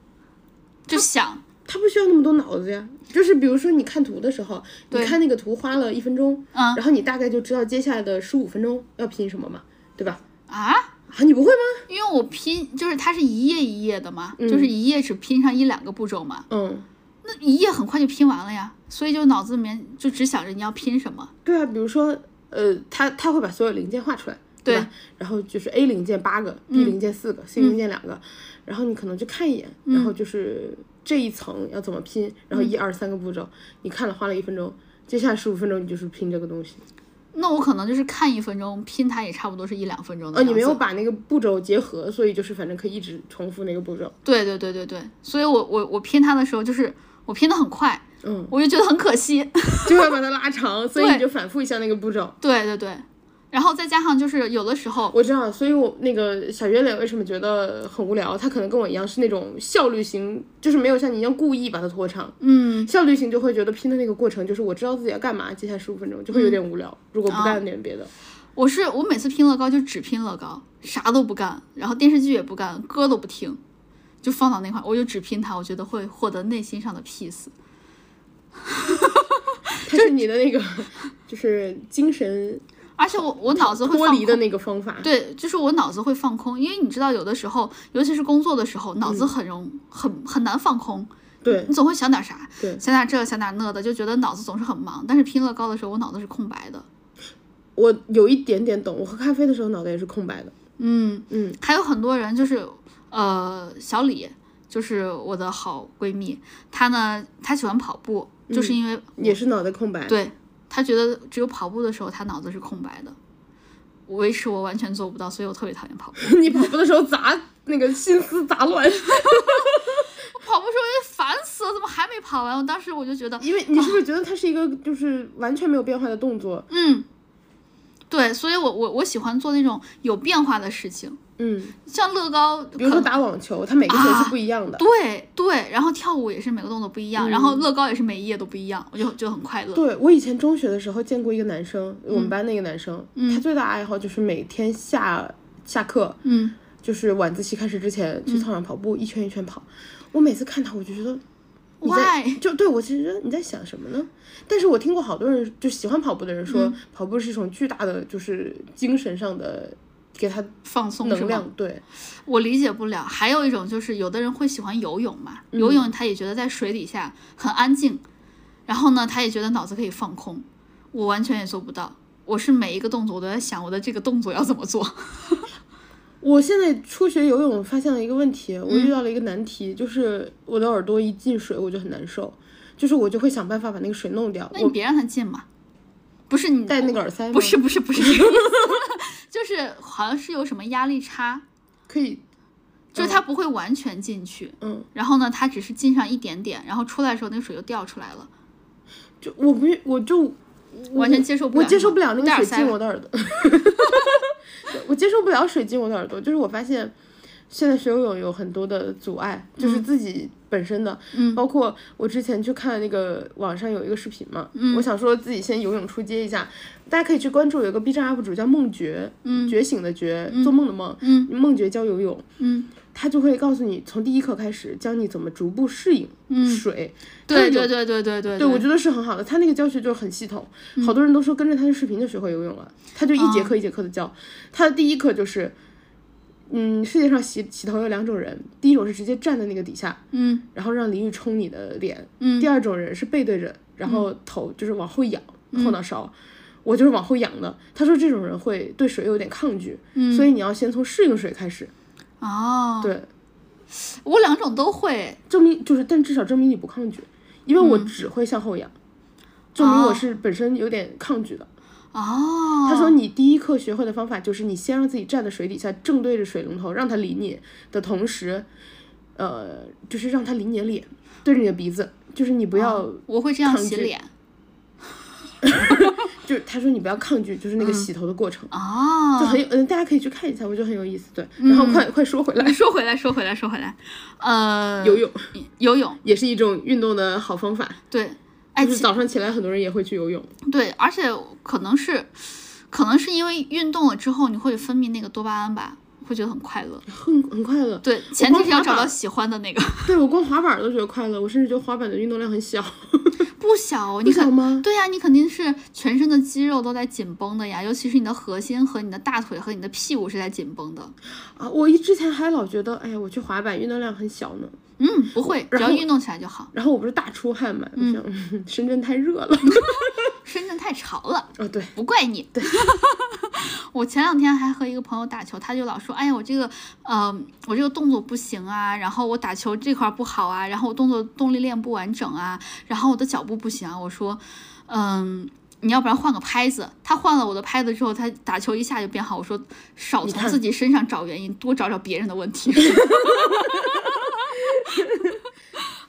Speaker 1: 就想，
Speaker 2: 它不需要那么多脑子呀。就是比如说你看图的时候，你
Speaker 1: 对
Speaker 2: 看那个图花了一分钟，
Speaker 1: 嗯
Speaker 2: 然后你大概就知道接下来的十五分钟要拼什么嘛，对吧？
Speaker 1: 啊，
Speaker 2: 啊，你不会吗？
Speaker 1: 因为我拼就是它是一页一页的嘛，就是一页只拼上一两个步骤嘛，
Speaker 2: 嗯，
Speaker 1: 那一页很快就拼完了呀，所以就脑子里面就只想着你要拼什么。
Speaker 2: 对啊，比如说，呃，它它会把所有零件画出来，
Speaker 1: 对嗯
Speaker 2: 吧？然后就是 A 零件八个，B 零件四个、c 零件两个，然后你可能就看一眼，然
Speaker 1: 嗯
Speaker 2: 后就是这一层要怎么拼，然后一二三个步骤，你看了花了一分钟，接下来十五分钟你就是拼这个东西。
Speaker 1: 那我可能就是看一分钟，拼它也差不多是一两分钟的
Speaker 2: 呃，
Speaker 1: 样子。
Speaker 2: 你没有把那个步骤结合，所以就是反正可以一直重复那个步骤。
Speaker 1: 对对对对对，所以我我我拼它的时候，就是我拼的很快，
Speaker 2: 嗯，
Speaker 1: 我就觉得很可惜。
Speaker 2: 就要把它拉长，所以
Speaker 1: 对
Speaker 2: 你就反复一下那个步骤。
Speaker 1: 对对对，然后再加上就是有的时候，
Speaker 2: 我知道，所以我那个小圆脸为什么觉得很无聊？他可能跟我一样是那种效率型，就是没有像你一样故意把它拖长。
Speaker 1: 嗯，
Speaker 2: 效率型就会觉得拼的那个过程，就是我知道自己要干嘛，接下来十五分钟就会有点无聊。
Speaker 1: 嗯
Speaker 2: 如果不干点别的，
Speaker 1: 哦我是我每次拼乐高就只拼乐高，啥都不干，然后电视剧也不干，歌都不听，就放到那块儿，我就只拼它，我觉得会获得内心上的 peace。
Speaker 2: 它是你的那个就是精神
Speaker 1: 而且我我脑子会
Speaker 2: 脱
Speaker 1: 放
Speaker 2: 离的
Speaker 1: 空
Speaker 2: 那个方法。
Speaker 1: 对，就是我脑子会放空，因为你知道，有的时候，尤其是工作的时
Speaker 2: 嗯
Speaker 1: 候，脑子很容、很很难放空，
Speaker 2: 对
Speaker 1: 你总会想点啥，
Speaker 2: 对
Speaker 1: 想点这想点那的，就觉得脑子总是很忙。但是拼乐高的时候，我脑子是空白的。
Speaker 2: 我有一点点懂，我喝咖啡的时候脑袋也是空白的。
Speaker 1: 嗯
Speaker 2: 嗯，
Speaker 1: 还有很多人就是，呃，小李就是我的好闺蜜，她呢，她喜欢跑步，就是因为、
Speaker 2: 也是脑袋空白。
Speaker 1: 对她觉得只有跑步的时候，她脑子是空白的。维持我完全做不到，所以我特别讨厌跑步。
Speaker 2: 你跑步的时候杂那个心思杂乱。
Speaker 1: 跑步时候就烦死河怎么还没跑完？我当时我就觉得，
Speaker 2: 因为你是不是觉得它是一个就是完全没有变化的动作？
Speaker 1: 嗯，对，所以我我我喜欢做那种有变化的事情，
Speaker 2: 嗯，
Speaker 1: 像乐高，
Speaker 2: 比
Speaker 1: 可啊
Speaker 2: 如说
Speaker 1: 能
Speaker 2: 打网球，它每个球是不一样的。
Speaker 1: 对对，然后跳舞也是每个动作不一样，然后乐高也是每一页都不一样，我就就很快乐。
Speaker 2: 嗯对我以前中学的时候见过一个男生，我
Speaker 1: 嗯
Speaker 2: 们班那个男生，他最大爱好就是每天下下课，
Speaker 1: 嗯，
Speaker 2: 就是晚自习开始之前去操场跑步，一圈一圈跑。我每次看他，我就觉得你在
Speaker 1: Why？
Speaker 2: 就对我其实觉得你在想什么呢？但是我听过好多人就喜欢跑步的人说，
Speaker 1: 嗯
Speaker 2: 跑步是一种巨大的就是精神上的给他
Speaker 1: 放松是
Speaker 2: 能
Speaker 1: 吗？
Speaker 2: 量，对，
Speaker 1: 我理解不了。还有一种就是，有的人会喜欢游泳嘛，游泳他也觉得在水底下很安静，然后呢，他也觉得脑子可以放空。我完全也做不到，我是每一个动作我都在想我的这个动作要怎么做。
Speaker 2: 我现在初学游泳，发现了一个问题，我
Speaker 1: 嗯
Speaker 2: 遇到了一个难题，就是我的耳朵一进水我就很难受，就是我就会想办法把那个水弄掉。
Speaker 1: 那你
Speaker 2: 我
Speaker 1: 别让他进嘛，不是你
Speaker 2: 戴那个耳塞吗？
Speaker 1: 不是，不是 不是这个意思，就是好像是有什么压力差，
Speaker 2: 可以，
Speaker 1: 就是它不会完全进去，
Speaker 2: 嗯，
Speaker 1: 然后呢，它只是进上一点点，然后出来的时候那个水就掉出来了，
Speaker 2: 就我不是，我就
Speaker 1: 完全接受不
Speaker 2: 我
Speaker 1: 了。
Speaker 2: 接受不了那
Speaker 1: 戴
Speaker 2: 个
Speaker 1: 耳
Speaker 2: 水
Speaker 1: 塞
Speaker 2: 进
Speaker 1: 吧
Speaker 2: 我的耳朵， 对我接受不了水进我的耳朵。就是我发现，现在学游泳有很多的阻碍，就是自己本身的，
Speaker 1: 嗯
Speaker 2: 包括我之前去看那个网上有一个视频嘛，
Speaker 1: 嗯
Speaker 2: 我想说自己先游泳出街一下，大家可以去关注有一个 B 站 UP 主叫梦觉，嗯，觉醒的觉，做梦的梦，
Speaker 1: 嗯，
Speaker 2: 梦觉教游泳，
Speaker 1: 嗯，
Speaker 2: 他就会告诉你从第一课开始教你怎么逐步适应
Speaker 1: 嗯
Speaker 2: 水，
Speaker 1: 对对对对对对
Speaker 2: 对，我觉得是很好的。他那个教学就很系统，好多人都说跟着他的视频就学会游泳了。他就一
Speaker 1: 嗯
Speaker 2: 节课一节课的教，他的第一课就是，嗯，世界上洗洗头有两种人，第一种是直接站在那个底下，
Speaker 1: 嗯
Speaker 2: 然后让淋浴冲你的脸，
Speaker 1: 嗯
Speaker 2: 第二种人是背对着，然后头就是往后仰，后
Speaker 1: 嗯
Speaker 2: 脑勺。我就是往后仰的。他说这种人会对水有点抗拒，所以你要先从适应水开始。
Speaker 1: 嗯哦，
Speaker 2: 对，
Speaker 1: 我两种都会，
Speaker 2: 证明就是，但至少证明你不抗拒，因为
Speaker 1: 嗯
Speaker 2: 我只会向后仰，证明我是本身有点抗拒的。
Speaker 1: 哦，
Speaker 2: 他说你第一课学会的方法就是你先让自己站在水底下，正对着水龙头，让它理你的同时，呃，就是让它理你的脸，对着你的鼻子，就是你不要，
Speaker 1: 哦我会这样
Speaker 2: 抗
Speaker 1: 洗
Speaker 2: 拒
Speaker 1: 脸，
Speaker 2: 就是他说你不要抗拒，就是那个洗头的过程，
Speaker 1: 嗯哦，嗯
Speaker 2: 就很有，嗯、大家可以去看一下，我觉得很有意思。对，然后快、快说回来，
Speaker 1: 说回来，说回来，说回来，呃，
Speaker 2: 游泳
Speaker 1: 游泳，
Speaker 2: 也是一种运动的好方法，
Speaker 1: 对，哎，
Speaker 2: 就
Speaker 1: 其
Speaker 2: 是早上起来很多人也会去游泳，
Speaker 1: 对，而且可能是，可能是因为运动了之后，你会分泌那个多巴胺吧，会觉得很快乐。
Speaker 2: 很很快乐。
Speaker 1: 对，前提
Speaker 2: 光
Speaker 1: 是要
Speaker 2: 滑
Speaker 1: 找到
Speaker 2: 板
Speaker 1: 喜欢的那个，
Speaker 2: 对我光滑板都觉得快乐，我甚至觉得滑板的运动量很小，
Speaker 1: 不小哦，你
Speaker 2: 你想
Speaker 1: 肯
Speaker 2: 吗？
Speaker 1: 对呀、你肯定是全身的肌肉都在紧绷的呀，尤其是你的核心和你的大腿和你的屁股是在紧绷的。
Speaker 2: 啊，我一之前还老觉得，哎呀，我去滑板运动量很小呢。
Speaker 1: 嗯，不会，只
Speaker 2: 然
Speaker 1: 要
Speaker 2: 后
Speaker 1: 运动起来就好。
Speaker 2: 然后我不是大出汗嘛，我想、嗯、深圳太热了。
Speaker 1: 深圳太潮了，
Speaker 2: 哦，对，
Speaker 1: 不怪你。对， 我前两天还和一个朋友打球，他就老说，哎呀，我这个，呃，我这个动作不行啊，然后我打球这块儿不好啊，然后我动作动力链不完整啊，然后我的脚步不行啊。我说，嗯。你要不然换个拍子，他换了我的拍子之后，他打球一下就变好。我说少从
Speaker 2: 看
Speaker 1: 自己身上找原因，多找找别人的问题。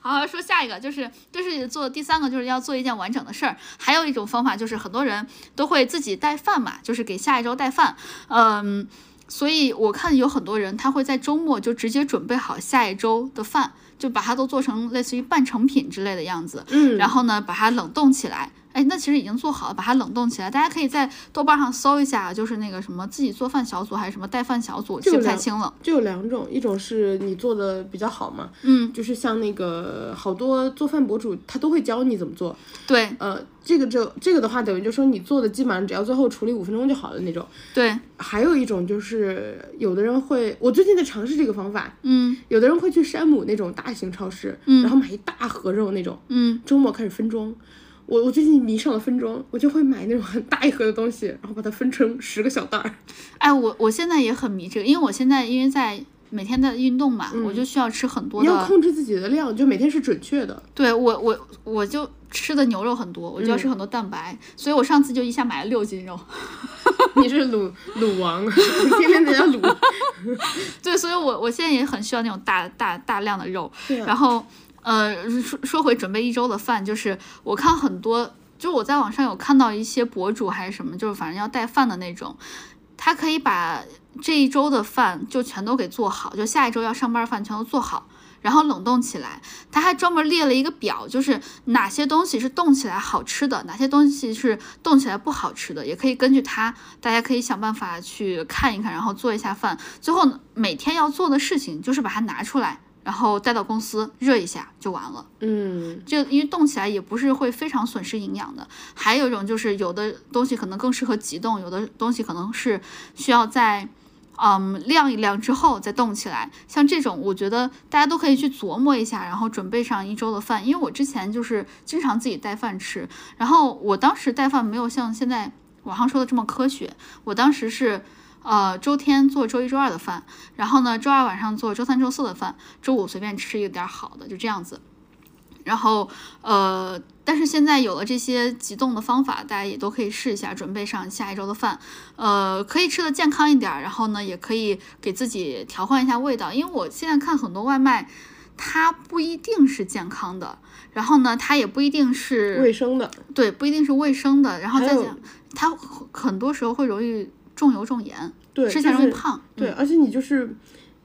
Speaker 1: 好，说下一个就是就是做第三个就是要做一件完整的事儿。还有一种方法就是很多人都会自己带饭嘛，就是给下一周带饭。嗯，所以我看有很多人他会在周末就直接准备好下一周的饭，就把它都做成类似于半成品之类的样子。
Speaker 2: 嗯
Speaker 1: 然后呢，把它冷冻起来。哎，那其实已经做好了，把它冷冻起来。大家可以在豆瓣上搜一下，就是那个什么自己做饭小组还是什么带饭小组，记
Speaker 2: 这个
Speaker 1: 不太
Speaker 2: 两
Speaker 1: 清了。
Speaker 2: 就有两种，一种是你做的比较好嘛，
Speaker 1: 嗯，
Speaker 2: 就是像那个好多做饭博主他都会教你怎么做。
Speaker 1: 对
Speaker 2: 呃，这个这这个的话，等于就说你做的基本上只要最后处理五分钟就好了那种。
Speaker 1: 对，
Speaker 2: 还有一种就是有的人会，我最近在尝试这个方法，
Speaker 1: 嗯
Speaker 2: 有的人会去山姆那种大型超市，然后买一大盒肉那种，
Speaker 1: 嗯，
Speaker 2: 周末开始分装。我我最近迷上了分装，我就会买那种很大一盒的东西，然后把它分成十个小袋儿。
Speaker 1: 哎，我我现在也很迷这个，因为我现在因为在每天在运动嘛，我就需要吃很多
Speaker 2: 你要
Speaker 1: 的。
Speaker 2: 控制自己的量，就每天是准确 的。
Speaker 1: 对我我我就吃的牛肉很多，我就要吃很多蛋白，所以我上次就一下买了六斤肉。
Speaker 2: 你是鲁鲁王，天天在家鲁。
Speaker 1: 对，所以我我现在也很需要那种大大大量的肉。
Speaker 2: 对啊
Speaker 1: 然后，嗯、呃，说说回准备一周的饭，就是我看很多，就我在网上有看到一些博主还是什么，就是反正要带饭的那种，他可以把这一周的饭就全都给做好，就下一周要上班饭全都做好。然后冷冻起来，他还专门列了一个表，就是哪些东西是冻起来好吃的，哪些东西是冻起来不好吃的，也可以根据它，大家可以想办法去看一看，然后做一下饭。最后呢每天要做的事情就是把它拿出来，然后带到公司热一下就完了。
Speaker 2: 嗯，
Speaker 1: 就因为冻起来也不是会非常损失营养的。还有一种就是有的东西可能更适合急冻，有的东西可能是需要在嗯晾一晾之后再冻起来。像这种，我觉得大家都可以去琢磨一下，然后准备上一周的饭。因为我之前就是经常自己带饭吃，然后我当时带饭没有像现在网上说的这么科学，我当时是。呃，周天做周一、周二的饭，然后呢，周二晚上做周三、周四的饭，周五随便吃一点儿好的，就这样子。然后呃，但是现在有了这些急冻的方法，大家也都可以试一下，准备上下一周的饭。呃，可以吃的健康一点儿，然后呢，也可以给自己调换一下味道，因为我现在看很多外卖，它不一定是健康的，然后呢，它也不一定
Speaker 2: 卫
Speaker 1: 是
Speaker 2: 生的，
Speaker 1: 对，不一定是卫生的，然后
Speaker 2: 还
Speaker 1: 再
Speaker 2: 有
Speaker 1: 讲，它很多时候会容易重油重盐，
Speaker 2: 对，
Speaker 1: 吃起来容易
Speaker 2: 就是
Speaker 1: 胖。
Speaker 2: 对，
Speaker 1: 嗯
Speaker 2: 而且你就是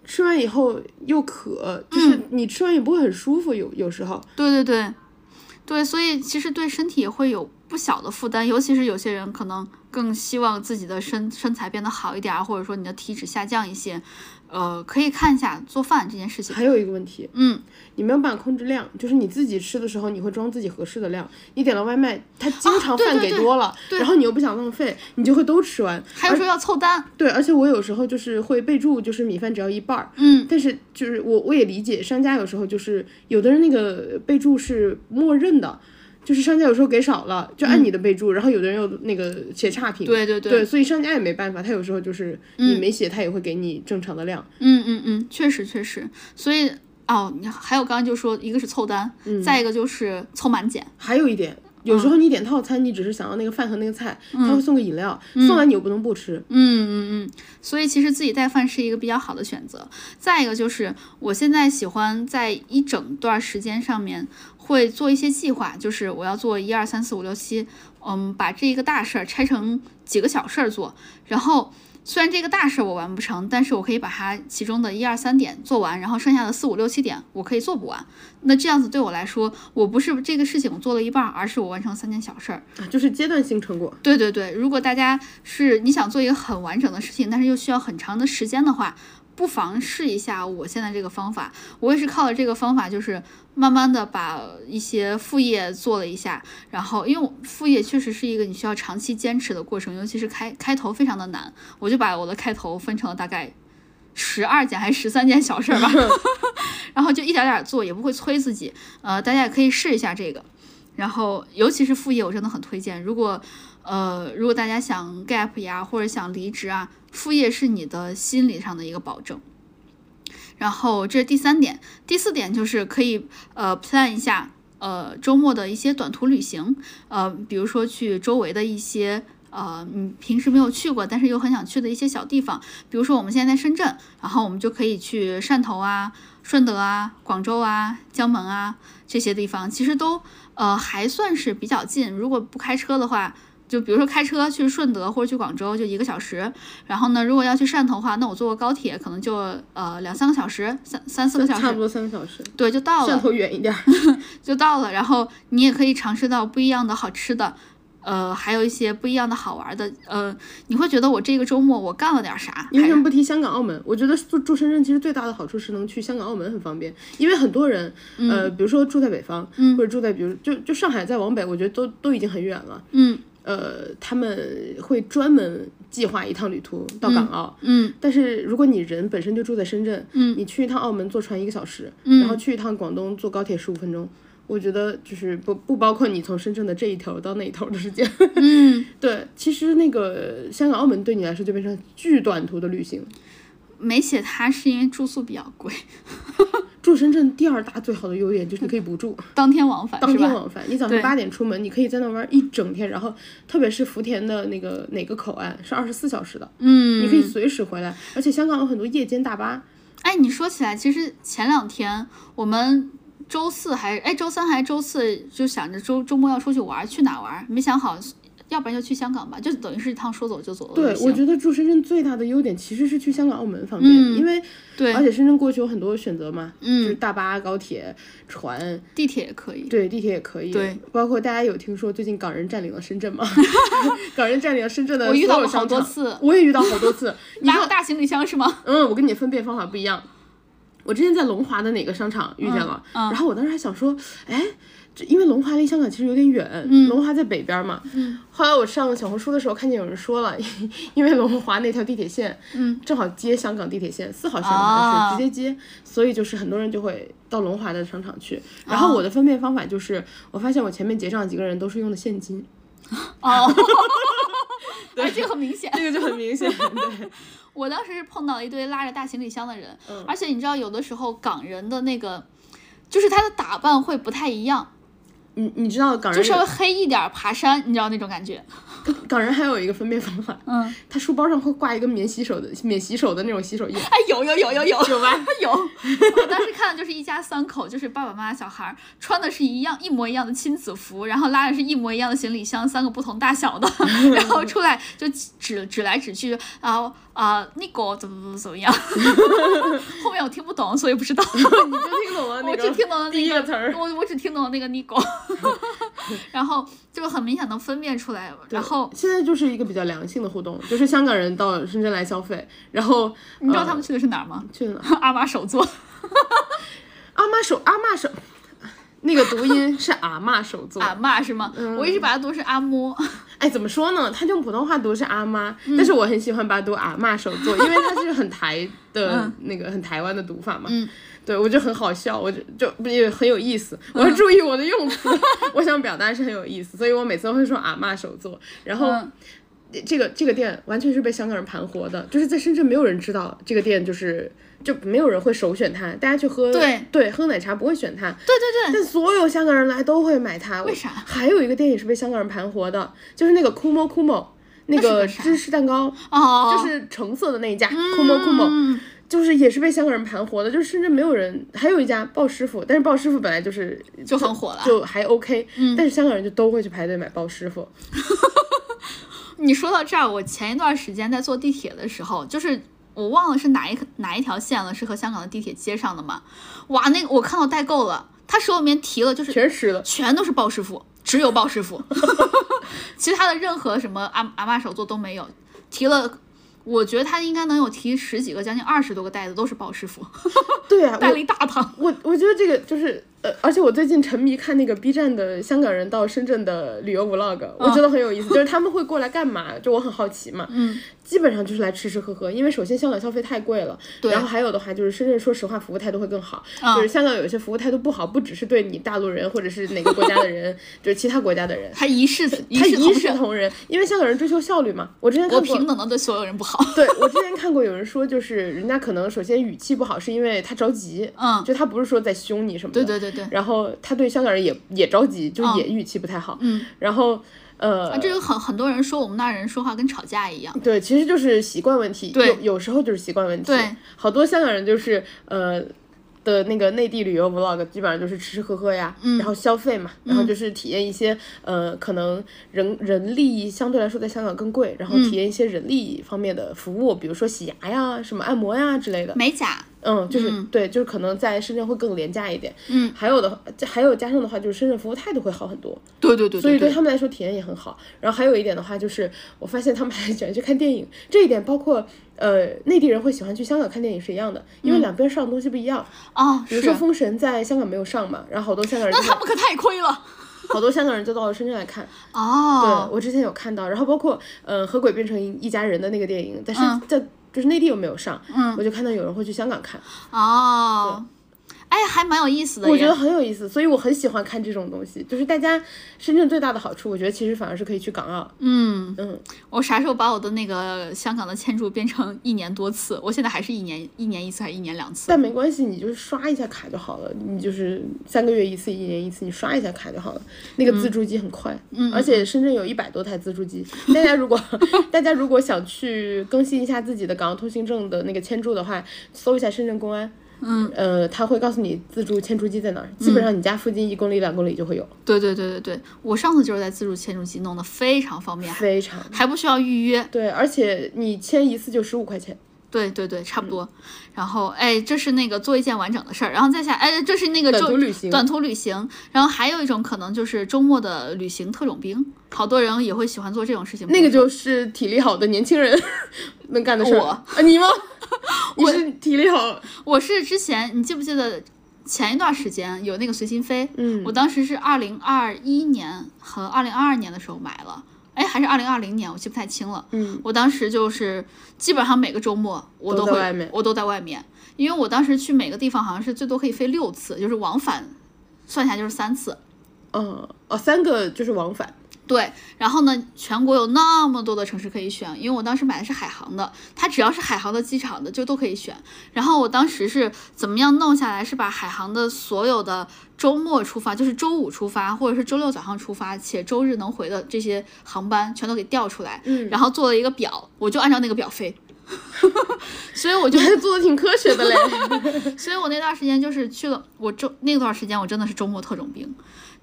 Speaker 2: 吃完以后又渴，就是
Speaker 1: 嗯
Speaker 2: 你吃完也不会很舒服，有有时候，
Speaker 1: 对对对，对，所以其实对身体也会有不小的负担，尤其是有些人可能更希望自己的身身材变得好一点儿，或者说你的体脂下降一些，呃，可以看一下做饭这件事情。
Speaker 2: 还有一个问题，
Speaker 1: 嗯，
Speaker 2: 你没有办法控制量，就是你自己吃的时候，你会装自己合适的量。你点了外卖，他经常
Speaker 1: 哦对
Speaker 2: 饭
Speaker 1: 对
Speaker 2: 给
Speaker 1: 对
Speaker 2: 多了，
Speaker 1: 对
Speaker 2: 然后你又不想浪费，你就会都吃完。
Speaker 1: 还有说要凑单，
Speaker 2: 对，而且我有时候就是会备注，就是米饭只要一半儿。
Speaker 1: 嗯，
Speaker 2: 但是就是我我也理解，商家有时候就是有的人那个备注是默认的，就是商家有时候给少了就按你的备注，然后有的人又那个写差评。
Speaker 1: 嗯对对
Speaker 2: 对
Speaker 1: 对，
Speaker 2: 所以商家也没办法，他有时候就是你没写，他也会给你正常的量。
Speaker 1: 嗯嗯嗯，确实确实，所以哦，你还有刚刚就说一个是凑单，
Speaker 2: 嗯
Speaker 1: 再一个就是凑满减，
Speaker 2: 还有一点。有
Speaker 1: 嗯
Speaker 2: 时候你点套餐，你只是想要那个饭和那个菜，他会送个饮料，送完你又不能不吃。
Speaker 1: 嗯嗯嗯嗯，所以其实自己带饭是一个比较好的选择。再一个就是，我现在喜欢在一整段时间上面会做一些计划，就是我要做一二三四五六七，嗯，把这一个大事儿拆成几个小事儿做，然后。虽然这个大事儿我完不成，但是我可以把它其中的一二三点做完，然后剩下的四五六七点我可以做不完。那这样子对我来说，我不是这个事情我做了一半儿，而是我完成三件小事儿。
Speaker 2: 啊就是阶段性成果。
Speaker 1: 对对对，如果大家是你想做一个很完整的事情，但是又需要很长的时间的话，不妨试一下我现在这个方法。我也是靠着这个方法，就是慢慢的把一些副业做了一下，然后因为我副业确实是一个你需要长期坚持的过程，尤其是开开头非常的难，我就把我的开头分成了大概。十二件还是十三件小事儿吧，然后就一点点做，也不会催自己。呃，大家也可以试一下这个，然后尤其是副业，我真的很推荐。如果呃，如果大家想 gap 呀，或者想离职啊，副业是你的心理上的一个保证。然后这是第三点，第四点就是可以呃 plan 一下呃周末的一些短途旅行，呃，比如说去周围的一些。呃，你平时没有去过，但是又很想去的一些小地方，比如说我们现在在深圳，然后我们就可以去汕头啊、顺德啊、广州啊、江门啊这些地方，其实都呃还算是比较近。如果不开车的话，就比如说开车去顺德或者去广州就一个小时，然后呢，如果要去汕头的话，那我坐个高铁可能就呃两三个小时，三三四个小
Speaker 2: 差不
Speaker 1: 时，
Speaker 2: 多三个小时，
Speaker 1: 对，就到了
Speaker 2: 汕。头远一点儿。
Speaker 1: 就到了，然后你也可以尝试到不一样的好吃的，呃，还有一些不一样的好玩的，呃，你会觉得我这个周末我干了点啥？
Speaker 2: 你为
Speaker 1: 还
Speaker 2: 什么不提香港、澳门？我觉得住住深圳其实最大的好处是能去香港、澳门很方便，因为很多人，呃，
Speaker 1: 嗯
Speaker 2: 比如说住在北方，或者住在比如就就上海再往北，我觉得都都已经很远了。
Speaker 1: 嗯
Speaker 2: 呃，他们会专门计划一趟旅途到港澳。
Speaker 1: 嗯
Speaker 2: 但是如果你人本身就住在深圳，
Speaker 1: 嗯
Speaker 2: 你去一趟澳门坐船一个小时，然后
Speaker 1: 嗯，
Speaker 2: 去一趟广东坐高铁十五分钟，我觉得就是不不包括你从深圳的这一头到那一头的时间。
Speaker 1: 嗯，
Speaker 2: 对，其实那个香港、澳门对你来说就变成巨短途的旅行。
Speaker 1: 没写它是因为住宿比较贵，
Speaker 2: 住深圳第二大最好的优点就是你可以不住，
Speaker 1: 当天往返
Speaker 2: 当
Speaker 1: 是
Speaker 2: 天
Speaker 1: 吧？
Speaker 2: 往返。你早
Speaker 1: 对
Speaker 2: 上八点出门，你可以在那玩一整天，然后特别是福田的那个哪个口岸是二十四小时的，
Speaker 1: 嗯，
Speaker 2: 你可以随时回来。而且香港有很多夜间大巴，
Speaker 1: 哎，你说起来，其实前两天我们周四还哎周三还是周四就想着周周末要出去玩，去哪玩？没想好，要不然就去香港吧，就等于是一趟说走就走的
Speaker 2: 对
Speaker 1: 旅，行
Speaker 2: 我觉得住深圳最大的优点其实是去香港、澳门方便，因为
Speaker 1: 对
Speaker 2: 而且深圳过去有很多选择嘛，就
Speaker 1: 嗯
Speaker 2: 是，大巴、高铁、船，
Speaker 1: 地铁也可以。
Speaker 2: 对，地铁也可以。
Speaker 1: 对，
Speaker 2: 包括大家有听说最近港人占领了深圳 吗？港人占领了深圳的
Speaker 1: 我
Speaker 2: 所
Speaker 1: 遇
Speaker 2: 有
Speaker 1: 到过好
Speaker 2: 商
Speaker 1: 多
Speaker 2: 场，
Speaker 1: 次，
Speaker 2: 我也遇到好多次。你
Speaker 1: 拿
Speaker 2: 说
Speaker 1: 个大行李箱是吗？
Speaker 2: 嗯，我跟你分辨方法不一样。我之前在龙华的哪个商场遇见了，
Speaker 1: 嗯嗯
Speaker 2: 然后我当时还想说，哎，这因为龙华离香港其实有点远，龙华在北边嘛。
Speaker 1: 嗯
Speaker 2: 后来我上小红书的时候看见有人说了， 因为龙华那条地铁线，
Speaker 1: 嗯，
Speaker 2: 正好接香港地铁线，四号线好
Speaker 1: 哦
Speaker 2: 像是直接接，所以就是很多人就会到龙华的商场去。然后我的分辨方法就是，我发现我前面结账几个人都是用的现金，
Speaker 1: 哦， 哎，这个很明显。
Speaker 2: 这个就很明显。 对，
Speaker 1: 我当时是碰到一堆拉着大行李箱的人，而且你知道，有的时候港人的那个，就是他的打扮会不太一样，
Speaker 2: 你你知道港
Speaker 1: 就
Speaker 2: 人
Speaker 1: 稍微
Speaker 2: 有
Speaker 1: 黑一点儿，爬山，你知道那种感觉。
Speaker 2: 港人还有一个分辨方法，
Speaker 1: 嗯，
Speaker 2: 他书包上会挂一个免洗手的免洗手的那种洗 手液，
Speaker 1: 哎，有有有有 有
Speaker 2: 有吧？
Speaker 1: 有，我当时看的就是一家三口，就是爸爸妈妈、小孩儿，穿的是一样一模一样的亲子服，然后拉着是一模一样的行李箱，三个不同大小的， 然后出来就指指来指去，然后啊、那个怎么怎么怎么样， 后面我听不懂，所以不知道。
Speaker 2: 你就听懂了 那
Speaker 1: 我
Speaker 2: 个
Speaker 1: 只听懂了那个
Speaker 2: 第一个词儿。
Speaker 1: 我我只听懂了那个 Nigo，然后就很明显能分辨出来。然后
Speaker 2: 哦现在就是一个比较良性的互动，就是香港人到深圳来消费，然后
Speaker 1: 你知道
Speaker 2: 呃
Speaker 1: 他们去的是哪儿吗？
Speaker 2: 去了哪
Speaker 1: 阿玛首座，
Speaker 2: 阿妈手阿妈手，那个读音是阿妈手作。
Speaker 1: 阿玛是吗？我一
Speaker 2: 嗯
Speaker 1: 直把它读是阿摸。
Speaker 2: 哎，怎么说呢？他用普通话读是阿妈，
Speaker 1: 嗯
Speaker 2: 但是我很喜欢把它读阿妈手作，因为它是很台的 那个很台湾的读法嘛。
Speaker 1: 嗯
Speaker 2: 对，我就很好笑，我就就不也很有意思，我要注意我的用词， 我想表达是很有意思，所以我每次都会说阿妈手作，然后。
Speaker 1: 嗯
Speaker 2: 这个这个店完全是被香港人盘活的，就是在深圳没有人知道这个店，就是就没有人会首选它，大家去喝
Speaker 1: 对
Speaker 2: 对喝奶茶不会选它，
Speaker 1: 对对对，
Speaker 2: 但所有香港人来都会买它。
Speaker 1: 为啥
Speaker 2: 还有一个电影是被香港人盘活的，就是那个 Kumo Kumo，那
Speaker 1: 是
Speaker 2: 个
Speaker 1: 个啥
Speaker 2: 芝士蛋糕，
Speaker 1: 哦，
Speaker 2: 就是橙色的那一家 Kumo Kumo，
Speaker 1: 嗯
Speaker 2: 就是也是被香港人盘活的，就是深圳没有人。还有一家鲍师傅，但是鲍师傅本来就是
Speaker 1: 就很火了。嗯
Speaker 2: 就还 OK，、但是香港人就都会去排队买鲍师傅。
Speaker 1: 你说到这儿，我前一段时间在坐地铁的时候，就是我忘了是哪一哪一条线了，是和香港的地铁接上的嘛？哇，那个我看到代购了，他手里面提了就是
Speaker 2: 全是吃的，
Speaker 1: 全都是鲍师傅，只有鲍师傅， 其他的任何什么阿阿妈手作都没有。提了，我觉得他应该能有提十几个，将近二十多个袋子都是鲍师傅，
Speaker 2: 对啊，
Speaker 1: 带了
Speaker 2: 我
Speaker 1: 一大筐。
Speaker 2: 我我觉得这个就是呃，而且我最近沉迷看那个 B 站的香港人到深圳的旅游 vlog，、我觉得很有意思，就是他们会过来干嘛？就我很好奇嘛。
Speaker 1: 嗯，
Speaker 2: 基本上就是来吃吃喝喝，因为首先香港消费太贵了，
Speaker 1: 对
Speaker 2: 然后还有的话就是深圳，说实话服务态度会更好，
Speaker 1: 嗯
Speaker 2: 就是香港有一些服务态度不好，不只是对你大陆人或者是哪个国家的人， 就是其他国家的人，
Speaker 1: 还一视一
Speaker 2: 他
Speaker 1: 视
Speaker 2: 一
Speaker 1: 同
Speaker 2: 视
Speaker 1: 仁，
Speaker 2: 同仁，因为香港人追求效率嘛。我之前
Speaker 1: 我
Speaker 2: 看过
Speaker 1: 平，等的对所有人不好。
Speaker 2: 对我之前看过有人说，就是人家可能首先语气不好，是因为他着急，
Speaker 1: 嗯，
Speaker 2: 就他不是说在凶你什么的，
Speaker 1: 对对对对，
Speaker 2: 然后他对香港人也也着急，就
Speaker 1: 嗯
Speaker 2: 也语气不太好。
Speaker 1: 嗯，
Speaker 2: 然后呃，
Speaker 1: 啊，这就很很多人说我们那人说话跟吵架一样。
Speaker 2: 对，其实就是习惯问题。
Speaker 1: 对
Speaker 2: 有有时候就是习惯问题。
Speaker 1: 对，
Speaker 2: 好多香港人就是呃的那个内地旅游 vlog，基本上就是吃吃喝喝呀，
Speaker 1: 嗯
Speaker 2: 然后消费嘛，然后就是体验一些呃可能人人力相对来说在香港更贵，然后
Speaker 1: 嗯
Speaker 2: 体验一些人力方面的服务，比如说洗牙呀、什么按摩呀之类的。
Speaker 1: 美甲，
Speaker 2: 嗯，就是、对，就是可能在深圳会更廉价一点。
Speaker 1: 嗯，
Speaker 2: 还有的还有加上的话，就是深圳服务态度会好很多。
Speaker 1: 对对对
Speaker 2: 所以
Speaker 1: 对
Speaker 2: 对
Speaker 1: 对，
Speaker 2: 他们来说体验也很好。然后还有一点的话，就是我发现他们还喜欢去看电影，这一点包括呃内地人会喜欢去香港看电影是一样的，因为两边上的东西不一样。
Speaker 1: 哦，
Speaker 2: 比
Speaker 1: 嗯
Speaker 2: 如
Speaker 1: 是
Speaker 2: 说《。封神》在香港没有上嘛，然后好多香港人
Speaker 1: 那
Speaker 2: 就
Speaker 1: 他们可太亏了。
Speaker 2: 好多香港人就到了深圳来看。对
Speaker 1: 哦，
Speaker 2: 我之前有看到，然后包括呃和鬼变成一家人的那个电影，但是
Speaker 1: 嗯
Speaker 2: 在、就是内地又没有上，
Speaker 1: 嗯
Speaker 2: 我就看到有人会去香港看，
Speaker 1: 哦，哎，还蛮有意思的耶。
Speaker 2: 我觉得很有意思，所以我很喜欢看这种东西。就是大家深圳最大的好处，我觉得其实反而是可以去港澳，
Speaker 1: 嗯，
Speaker 2: 嗯，
Speaker 1: 我啥时候把我的那个香港的签注变成一年多次？我现在还是一年一年一次，还是一年两次？
Speaker 2: 但没关系，你就是刷一下卡就好了。你就是三个月一次，一年一次，你刷一下卡就好了。那个自助机很快，嗯，而且深圳有一百多台自助机。大家 如果大家如果想去更新一下自己的港澳通行证的那个签注的话，搜一下深圳公安，
Speaker 1: 嗯，
Speaker 2: 呃，他会告诉你自助牵除机在哪儿，基本上你家附近一公里两公里就会有，
Speaker 1: 对对对对对，我上次就是在自助签注机弄得非常方便，
Speaker 2: 非常
Speaker 1: 还不需要预约。
Speaker 2: 对，而且你签一次就十五块钱，
Speaker 1: 对对对，差不多。
Speaker 2: 嗯
Speaker 1: 然后哎，这是那个做一件完整的事儿，然后再下哎，这是那个
Speaker 2: 短
Speaker 1: 周
Speaker 2: 途旅行
Speaker 1: 短途旅行。然后还有一种可能就是周末的旅行特种兵，好多人也会喜欢做这种事情。
Speaker 2: 那个就是体力好的年轻人 能干的事儿。
Speaker 1: 我
Speaker 2: 啊，你 吗？你是体力好，
Speaker 1: 我是之前你记不记得前一段时间有那个随心飞？
Speaker 2: 嗯
Speaker 1: 我当时是二零二一年和二零二二年的时候买了，哎，还是二零二零年，我记不太清了。
Speaker 2: 嗯，
Speaker 1: 我当时就是基本上每个周末我
Speaker 2: 都
Speaker 1: 会，
Speaker 2: 在外面
Speaker 1: 我都在外面，因为我当时去每个地方好像是最多可以飞六次，就是往返算下来就是三次。
Speaker 2: 嗯，哦，三个就是往返，
Speaker 1: 对，然后呢，全国有那么多的城市可以选，因为我当时买的是海航的，它只要是海航的机场的就都可以选。然后我当时是怎么样弄下来，是把海航的所有的周末出发，就是周五出发或者是周六早上出发且周日能回的这些航班全都给调出来，
Speaker 2: 嗯
Speaker 1: 然后做了一个表，我就按照那个表飞。所以我就
Speaker 2: 你还做的挺科学的 嘞。
Speaker 1: 所以我那段时间就是去了，我周那段时间我真的是周末特种兵，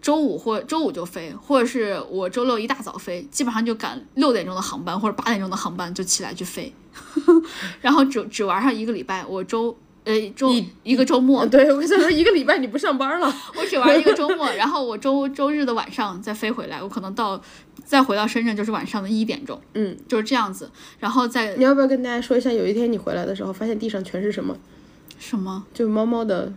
Speaker 1: 周五或周五就飞，或者是我周六一大早飞，基本上就赶六点钟的航班或者八点钟的航班就起来去飞， 然后只只玩上一个礼拜，我周呃周
Speaker 2: 一
Speaker 1: 一个周末
Speaker 2: 哦对，我想说一个礼拜你不上班了，
Speaker 1: 我只玩一个周末，然后我周周日的晚上再飞回来，我可能到再回到深圳就是晚上的一点钟，
Speaker 2: 嗯，
Speaker 1: 就是这样子，然后再
Speaker 2: 你要不要跟大家说一下，有一天你回来的时候，发现地上全是什么？
Speaker 1: 什么。
Speaker 2: 就猫猫的，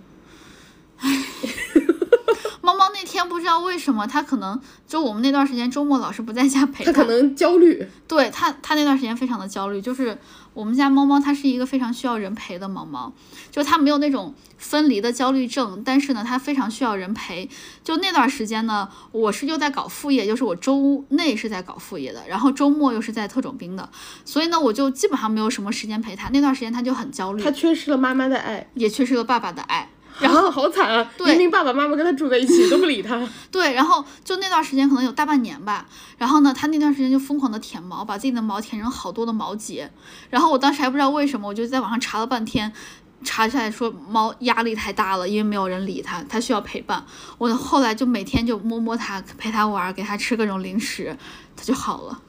Speaker 1: 猫猫那天不知道为什么，它可能就我们那段时间周末老师不在家陪
Speaker 2: 它可能焦虑，
Speaker 1: 对它，它那段时间非常的焦虑，就是我们家猫猫，它是一个非常需要人陪的猫猫，就它没有那种分离的焦虑症，但是呢，它非常需要人陪。就那段时间呢，我是又在搞副业，就是我周内是在搞副业的，然后周末又是在特种兵的，所以呢，我就基本上没有什么时间陪它。那段时间它就很焦虑
Speaker 2: 它，缺失了妈妈的爱。
Speaker 1: 也缺失了爸爸的爱。
Speaker 2: 嗯然后好惨啊！
Speaker 1: 对
Speaker 2: 明明爸爸妈妈跟他住在一起都不理 他，
Speaker 1: 对，然后就那段时间可能有大半年吧，然后呢，他那段时间就疯狂的舔毛，把自己的毛舔成好多的毛结，然后我当时还不知道为什么，我就在网上查了半天。查下来说猫压力太大了，因为没有人理它，它需要陪伴。我后来就每天就摸摸它，陪它玩儿，给它吃各种零食，它就好了。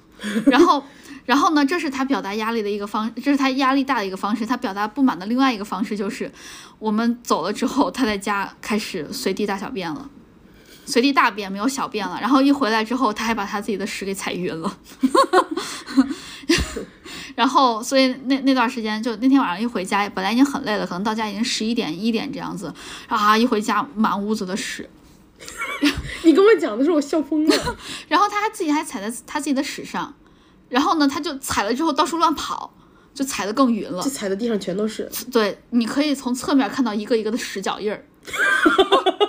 Speaker 1: 然后，然后呢，这是它表达压力的一个方，这是它压力大的一个方式。它表达不满的另外一个方式就是，我们走了之后，它在家开始随地大小便了。随地大便，没有小便了。然后一回来之后，他还把他自己的屎给踩晕了。 然后，所以那那段时间，就那天晚上一回家，本来已经很累了，可能到家已经十一点一点这样子，啊，一回家满屋子的屎。
Speaker 2: 你跟我讲的时候我笑疯 了。
Speaker 1: 然后他还自己还踩在他自己的屎上，然后呢，他就踩了之后到处乱跑，就踩得更匀了
Speaker 2: 这。踩的地上全都是，
Speaker 1: 对，你可以从侧面看到一个一个的石脚印儿。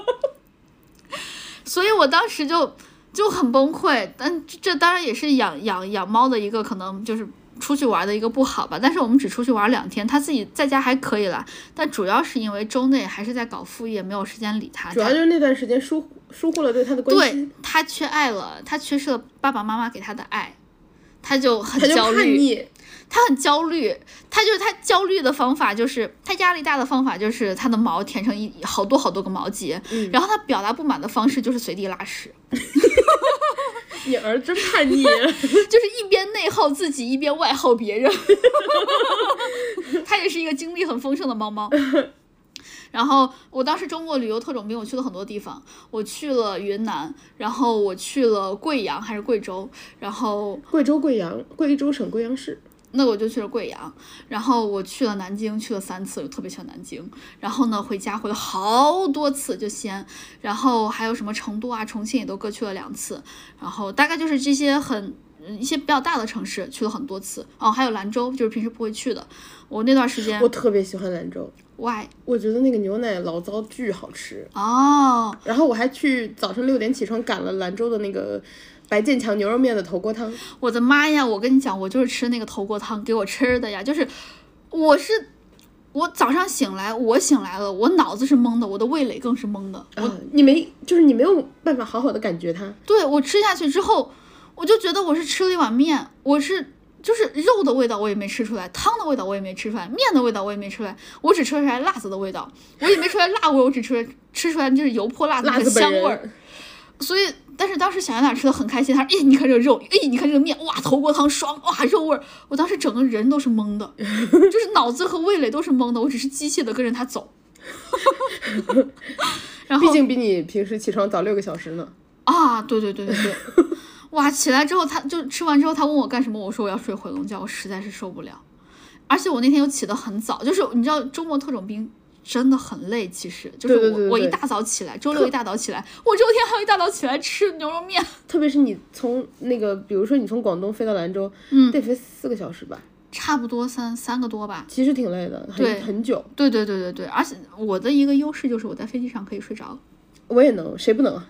Speaker 1: 所以我当时就就很崩溃，但这这当然也是养养养猫的一个可能就是出去玩的一个不好吧。但是我们只出去玩两天，它自己在家还可以啦，但主要是因为周内还是在搞副业，没有时间理它。
Speaker 2: 主要就是那段时间疏忽疏忽了对他的关
Speaker 1: 对
Speaker 2: 心，
Speaker 1: 它缺爱了，它缺失了爸爸妈妈给它的爱，它就很
Speaker 2: 他就
Speaker 1: 焦虑。
Speaker 2: 叛逆，
Speaker 1: 他很焦虑，他就是他焦虑的方法就是他压力大的方法就是他的毛舔成一好多好多个毛结，
Speaker 2: 嗯
Speaker 1: 然后他表达不满的方式就是随地拉屎，
Speaker 2: 你儿真叛 逆。
Speaker 1: 就是一边内耗自己一边外耗别人。他也是一个精力很丰盛的猫猫。然后我当时周末旅游特种兵，我去了很多地方，我去了云南，然后我去了贵阳还是贵州，然后
Speaker 2: 贵州贵阳，贵州省贵阳市，
Speaker 1: 那我就去了贵阳，然后我去了南京，去了三次，我特别喜欢南京。然后呢，回家回了好多次，就西安，然后还有什么成都啊、重庆也都各去了两次。然后大概就是这些很嗯一些比较大的城市去了很多次。哦，还有兰州，就是平时不会去的。我那段时间
Speaker 2: 我特别喜欢兰州，
Speaker 1: why
Speaker 2: 我觉得那个牛奶醪糟巨好吃。
Speaker 1: 哦，
Speaker 2: 然后我还去早上六点起床赶了兰州的那个白建强牛肉面的头锅汤，
Speaker 1: 我的妈呀！我跟你讲，我就是吃那个头锅汤给我吃的呀，就是我是。我早上醒来，我醒来了，我脑子是懵的，我的味蕾更是懵的，
Speaker 2: 啊，你没就是你没有办法好好的感觉它，
Speaker 1: 对我吃下去之后，我就觉得我是吃了一碗面，我是就是肉的味道我也没吃出来，汤的味道我也没吃出来，面的味道我也没吃出来，我只吃出来辣子的味道，我也没吃出来辣味，我只吃出来吃出来就是油泼辣子
Speaker 2: 辣
Speaker 1: 的
Speaker 2: 子本
Speaker 1: 香味儿。
Speaker 2: 人，
Speaker 1: 所以，但是当时小圆脸吃的很开心，他说：“哎，你看这个肉，哎，你看这个面，哇，头锅汤爽，哇，肉味儿。”我当时整个人都是懵 的，就是脑子和味蕾都是懵的，我只是机械的跟着他走。 然后
Speaker 2: 毕竟比你平时起床早六个小时呢。
Speaker 1: 啊，对对对对对，哇！起来之后，他就吃完之后，他问我干什么，我说我要睡回笼觉，我实在是受不了。而且我那天又起得很早，就是你知道周末特种兵真的很累，其实就是我
Speaker 2: 对对对
Speaker 1: 我
Speaker 2: 对
Speaker 1: 一大早起来，周 六一大早起来，我周天还有一大早起来吃牛肉面，
Speaker 2: 特别是你从那个，比如说你从广东飞到兰州，得飞四个小时吧，
Speaker 1: 差不多三三个多吧。
Speaker 2: 其实挺累的，
Speaker 1: 对
Speaker 2: 很很久。
Speaker 1: 对对对对对，而且我的一个优势就是我在飞机上可以睡着，
Speaker 2: 我也能，谁不能啊？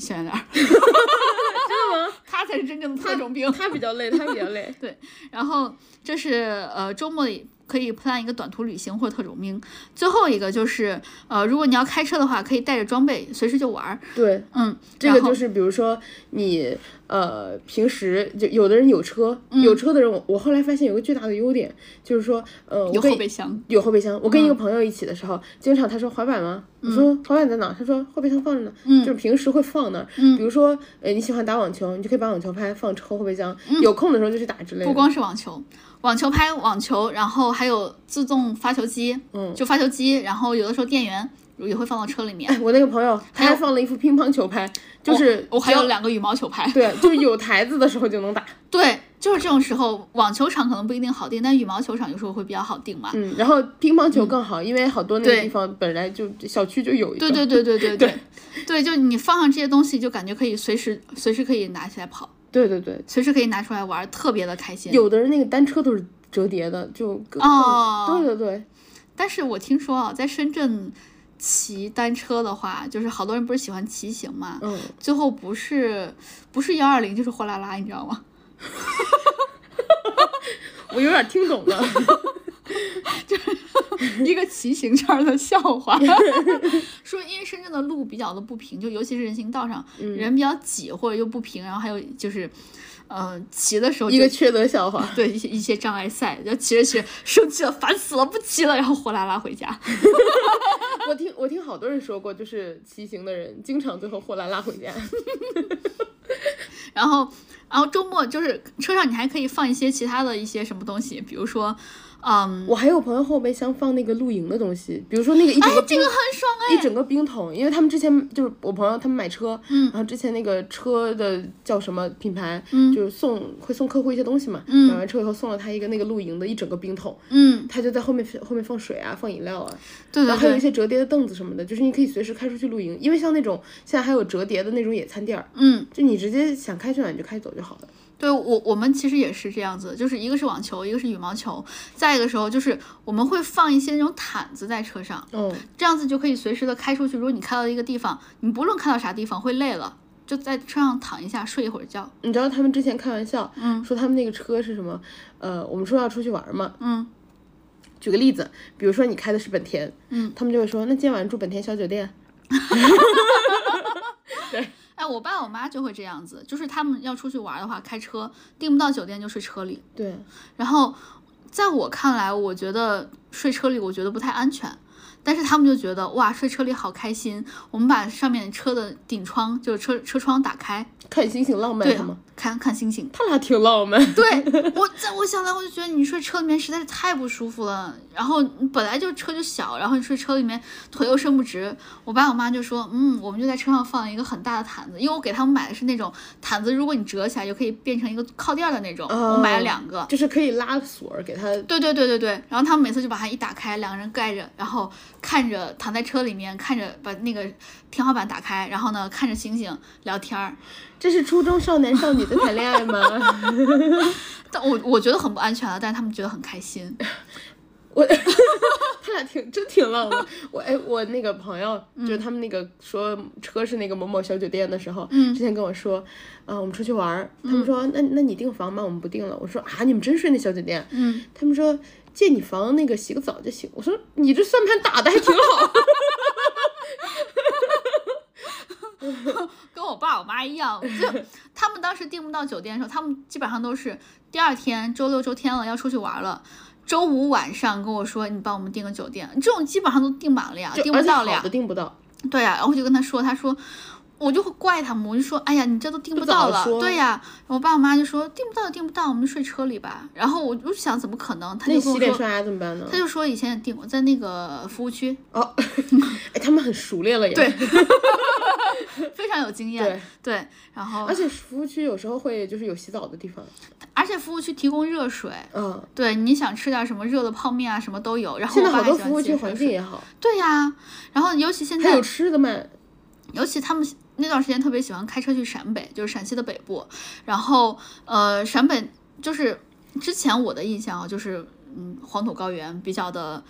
Speaker 1: 小圆脸 儿，真的吗？ 他才是真正的特种兵。。
Speaker 2: 他比较累，他比较累
Speaker 1: 对，然后这是呃周末里可以 plan 一个短途旅行或者特种兵。最后一个就是呃，如果你要开车的话，可以带着装备随时就玩儿。
Speaker 2: 对，
Speaker 1: 嗯，
Speaker 2: 这
Speaker 1: 然
Speaker 2: 个
Speaker 1: 后
Speaker 2: 就是比如说你呃平时就有的人有车，
Speaker 1: 嗯
Speaker 2: 有车的人我我后来发现有个巨大的优点，就是说呃我
Speaker 1: 有
Speaker 2: 可以
Speaker 1: 后备箱。嗯
Speaker 2: 有后备箱。我跟一个朋友一起的时候，经常他说滑板吗？我说滑板在哪？他说后备箱放着呢。
Speaker 1: 嗯
Speaker 2: 就是平时会放那儿。比如说，呃，你喜欢打网球，你就可以把网球拍放后后备箱，有空的时候就去打之类
Speaker 1: 嗯不
Speaker 2: 的。
Speaker 1: 光是网球，网球拍、网球，然后还有自动发球机，
Speaker 2: 嗯
Speaker 1: 就发球机，然后有的时候电源也会放到车里面。
Speaker 2: 哎，我那个朋友他
Speaker 1: 还有哦
Speaker 2: 还放了一副乒乓球拍，就是
Speaker 1: 我还
Speaker 2: 只
Speaker 1: 有
Speaker 2: 要
Speaker 1: 两个羽毛球拍。
Speaker 2: 对，就是有台子的时候就能打。
Speaker 1: 对，就是这种时候，网球场可能不一定好定，但羽毛球场有时候会比较好定嘛。
Speaker 2: 嗯，然后乒乓球更好，因为好多那个
Speaker 1: 对
Speaker 2: 地方本来就小区就有一个。
Speaker 1: 对对对对对对对，就你放上这些东西，就感觉可以随时随时可以拿起来跑，
Speaker 2: 对对对，
Speaker 1: 随时可以拿出来玩，特别的开心。，
Speaker 2: 有的人那个单车都是折叠的，就更
Speaker 1: 哦
Speaker 2: 更对对对，
Speaker 1: 但是我听说啊，在深圳骑单车的话，就是好多人不是喜欢骑行嘛，
Speaker 2: 嗯，
Speaker 1: 最后不是不是幺二零就是货拉拉，你知道吗？
Speaker 2: 我有点听懂了。
Speaker 1: 一个骑行圈的笑 话，说因为深圳的路比较的不平，就尤其是人行道上、
Speaker 2: 嗯
Speaker 1: 人比较挤或者又不平，然后还有就是，呃，骑的时候
Speaker 2: 一
Speaker 1: 就
Speaker 2: 个缺德笑话。
Speaker 1: 对一些一些障碍赛，然后骑着骑着生气了，烦死了，不骑了，然后货拉拉回家。
Speaker 2: 我听我听好多人说过，就是骑行的人经常最后货拉拉回家。
Speaker 1: 然后，然后周末就是车上你还可以放一些其他的一些什么东西，比如说，嗯，
Speaker 2: 我还有朋友后备箱放那个露营的东西，比如说那个一整个
Speaker 1: 这
Speaker 2: 冰、
Speaker 1: 个很爽哎，
Speaker 2: 一整个冰桶，因为他们之前就是我朋友他们买车，然后之前那个车的叫什么品牌，就是送会送客户一些东西嘛，买完车以后送了他一个那个露营的一整个冰桶，
Speaker 1: 嗯，
Speaker 2: 他就在后面后面放水啊，放饮料啊，
Speaker 1: 对对
Speaker 2: 然后还有一
Speaker 1: 嗯对，
Speaker 2: 些折叠的凳子什么的，就是你可以随时开出去露营，因为像那种现在还有折叠的那种野餐垫儿，
Speaker 1: 嗯，
Speaker 2: 就你直接想开去哪你就开走就好了。
Speaker 1: 对我我们其实也是这样子，就是一个是网球，一个是羽毛球，再一个时候就是我们会放一些那种毯子在车上，
Speaker 2: 嗯，
Speaker 1: 这样子就可以随时的开出去。如果你开到一个地方，你不论开到啥地方会累了，就在车上躺一下，睡一会儿觉。
Speaker 2: 你知道他们之前开玩笑，说他们那个车是什么？呃，我们说要出去玩嘛，
Speaker 1: 嗯，
Speaker 2: 举个例子，比如说你开的是本田，嗯，他们就会说，那今天晚上住本田小酒店，
Speaker 1: 哎，我爸我妈就会这样子，就是他们要出去玩的话，开车订不到酒店就睡车里。
Speaker 2: 对，
Speaker 1: 然后在我看来，我觉得睡车里我觉得不太安全，但是他们就觉得哇，睡车里好开心。我们把上面车的顶窗，就是车车窗打开，
Speaker 2: 看星星浪漫
Speaker 1: 对
Speaker 2: 是吗？，
Speaker 1: 看看星星。
Speaker 2: 他俩挺浪漫，
Speaker 1: 对我，在我想来，我就觉得你睡车里面实在是太不舒服了。然后你本来就车就小，然后你睡车里面腿又伸不直。我爸我妈就说，嗯，我们就在车上放一个很大的毯子，因为我给他们买的是那种毯子，如果你折起来就可以变成一个靠垫儿的那种。我买了两个。
Speaker 2: 就是可以拉锁儿给他，
Speaker 1: 对对对对对，然后他们每次就把它一打开，两个人盖着，然后看着呃躺在车里面，看着把那个天花板打开，然后呢看着星星聊天儿，
Speaker 2: 这是初中少男少女在谈恋爱吗？
Speaker 1: 但我我觉得很不安全啊了，但是他们觉得很开心。
Speaker 2: 我他俩挺真挺浪漫。我哎，我那个朋友、就是他们那个说车是那个某某小酒店的时候，之前跟我说，啊、我们出去玩儿，他们说、那那你订房吗？我们不订了。我说啊，你们真睡那小酒店？
Speaker 1: 嗯，
Speaker 2: 他们说借你房那个洗个澡就行。我说你这算盘打的还挺好。
Speaker 1: 跟跟我爸我妈一样， 就他们当时订不到酒店的时候，他们基本上都是第二天周六周天了要出去玩了。周五晚上跟我说，你帮我们订个酒店，这种基本上都订满了呀，
Speaker 2: 就
Speaker 1: 订
Speaker 2: 而
Speaker 1: 不
Speaker 2: 且
Speaker 1: 到
Speaker 2: 好
Speaker 1: 了呀
Speaker 2: 的。啊订不到，
Speaker 1: 对啊呀、然后我就跟他说，他说，我就会怪他们，我就说，哎呀，你这都订不到
Speaker 2: 不早
Speaker 1: 了，
Speaker 2: 说
Speaker 1: 对呀、我爸我妈就说订不到就订不到，我们就睡车里吧。然后我就想，怎么可能？他就
Speaker 2: 那你
Speaker 1: 跟
Speaker 2: 洗
Speaker 1: 我
Speaker 2: 脸
Speaker 1: 说，
Speaker 2: 刷牙怎么办呢
Speaker 1: 他？就说以前也订过，在那个服务区，
Speaker 2: 哦，哎，他们很熟练了呀。
Speaker 1: 对 非常有经验。
Speaker 2: 对，
Speaker 1: 对然后
Speaker 2: 而且服务区有时候会就是有洗澡的地方，
Speaker 1: 而且服务区提供热水。
Speaker 2: 嗯，
Speaker 1: 对，你想吃点什么热的泡面啊，什么都有。然后
Speaker 2: 现在
Speaker 1: 我爸
Speaker 2: 好
Speaker 1: 还
Speaker 2: 多
Speaker 1: 喜欢
Speaker 2: 服务
Speaker 1: 接
Speaker 2: 区
Speaker 1: 热
Speaker 2: 环
Speaker 1: 水
Speaker 2: 境也好，
Speaker 1: 对呀、然后尤其现
Speaker 2: 啊还
Speaker 1: 在
Speaker 2: 有吃的卖，
Speaker 1: 尤其他们那段时间特别喜欢开车去陕北，就是陕西的北部。然后呃，陕北就是之前我的印象啊，就是嗯，黄土高原比较的。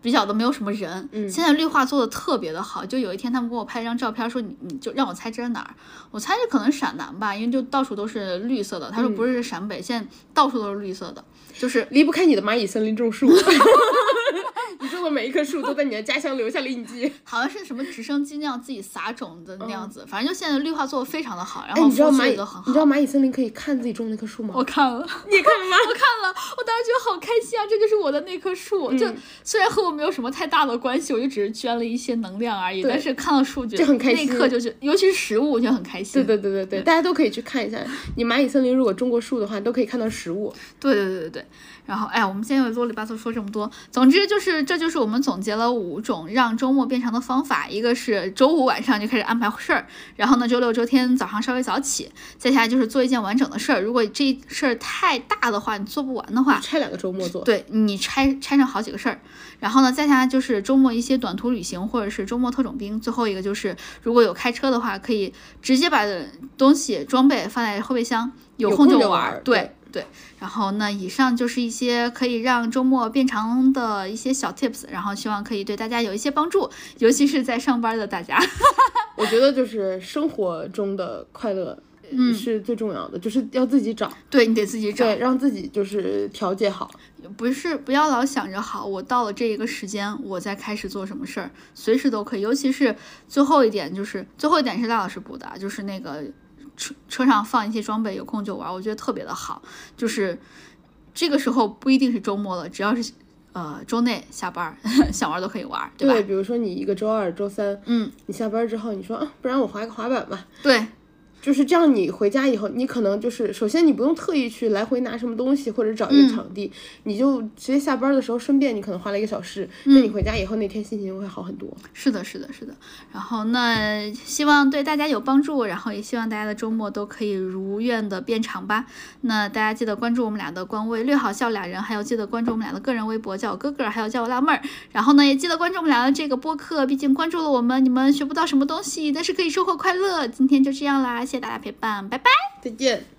Speaker 1: 比较的没有什么人，
Speaker 2: 嗯
Speaker 1: 现在绿化做的特别的好。就有一天他们给我拍一张照片，说你你就让我猜这是哪儿，我猜这可能是陕南吧，因为就到处都是绿色的。他
Speaker 2: 嗯
Speaker 1: 说不是是陕北，现在到处都是绿色的，就是
Speaker 2: 离不开你的蚂蚁森林种树。 你种的每一棵树都在你的家乡留下了印记。
Speaker 1: 好像是什么直升机那样自己撒种的那样子，反正就现在绿化做的非常的好，然
Speaker 2: 哦哎，
Speaker 1: 后
Speaker 2: 你知道
Speaker 1: 风
Speaker 2: 蚂
Speaker 1: 景
Speaker 2: 蚁
Speaker 1: 也都很，
Speaker 2: 你知道
Speaker 1: 好。
Speaker 2: 蚂蚁森林可以看自己种那棵树吗？
Speaker 1: 我看了，
Speaker 2: 你看了吗？
Speaker 1: 我看了，我当时觉得好开心啊！这就是我的那棵树，就
Speaker 2: 嗯
Speaker 1: 虽然和我没有什么太大的关系，我就只是捐了一些能量而已。
Speaker 2: 对
Speaker 1: 但是看到树觉得
Speaker 2: 就很开
Speaker 1: 那
Speaker 2: 心
Speaker 1: 一刻就觉得，尤其是食物就很开心。
Speaker 2: 对对对对对，大家都可以去看一下。你蚂蚁森林如果种过树的话，你都可以看到食物。
Speaker 1: 对对对对对。然后，哎呀，我们今天又啰里吧嗦说这么多，总之就是，这就是我们总结了五种让周末变长的方法。一个是周五晚上就开始安排事儿，然后呢，周六、周天早上稍微早起，再下来就是做一件完整的事儿。如果这事儿太大的话，你做不完的话，
Speaker 2: 拆两个周末做。
Speaker 1: 对你拆拆上好几个事儿，然后呢，再下来就是周末一些短途旅行或者是周末特种兵。最后一个就是，如果有开车的话，可以直接把东西装备放在后备箱，有
Speaker 2: 有
Speaker 1: 空
Speaker 2: 空
Speaker 1: 就
Speaker 2: 就
Speaker 1: 玩
Speaker 2: 玩
Speaker 1: 儿。
Speaker 2: 儿
Speaker 1: 对对。然后呢，以上就是一些可以让周末变长的一些小 tips，然后希望可以对大家有一些帮助，尤其是在上班的大家。
Speaker 2: 我觉得就是生活中的快乐，
Speaker 1: 嗯
Speaker 2: 是最重要的，就是要自己找，
Speaker 1: 对你得自己找。
Speaker 2: 对，让自己就是调节好。
Speaker 1: 不是，不要老想着好，我到了这一个时间，我再开始做什么事儿，随时都可以。尤其是最后一点，就是最后一点是赖老师补的啊，就是那个车车上放一些装备，有空就玩，我觉得特别的好。就是这个时候不一定是周末了，只要是呃周内下班儿 想玩都可以玩，对吧？
Speaker 2: 比如说你一个周二、周三，
Speaker 1: 嗯，
Speaker 2: 你下班之后，你说啊，不然我滑个滑板吧。
Speaker 1: 对
Speaker 2: 就是这样，你回家以后，你可能就是首先你不用特意去来回拿什么东西或者找
Speaker 1: 嗯
Speaker 2: 一个场地，你就直接下班的时候顺便你可能花了一个小时，
Speaker 1: 嗯
Speaker 2: 那、你回家以后那天心情会好很多。
Speaker 1: 是的，是的，是的。然后那希望对大家有帮助，然后也希望大家的周末都可以如愿的变长吧。那大家记得关注我们俩的官微“略好笑俩人”，还有记得关注我们俩的个人微博，叫我哥哥，还有叫我辣妹儿。然后呢，也记得关注我们俩的这个播客，毕竟关注了我们，你们学不到什么东西，但是可以收获快乐。今天就这样啦，谢谢大家陪伴，拜拜。
Speaker 2: 再见。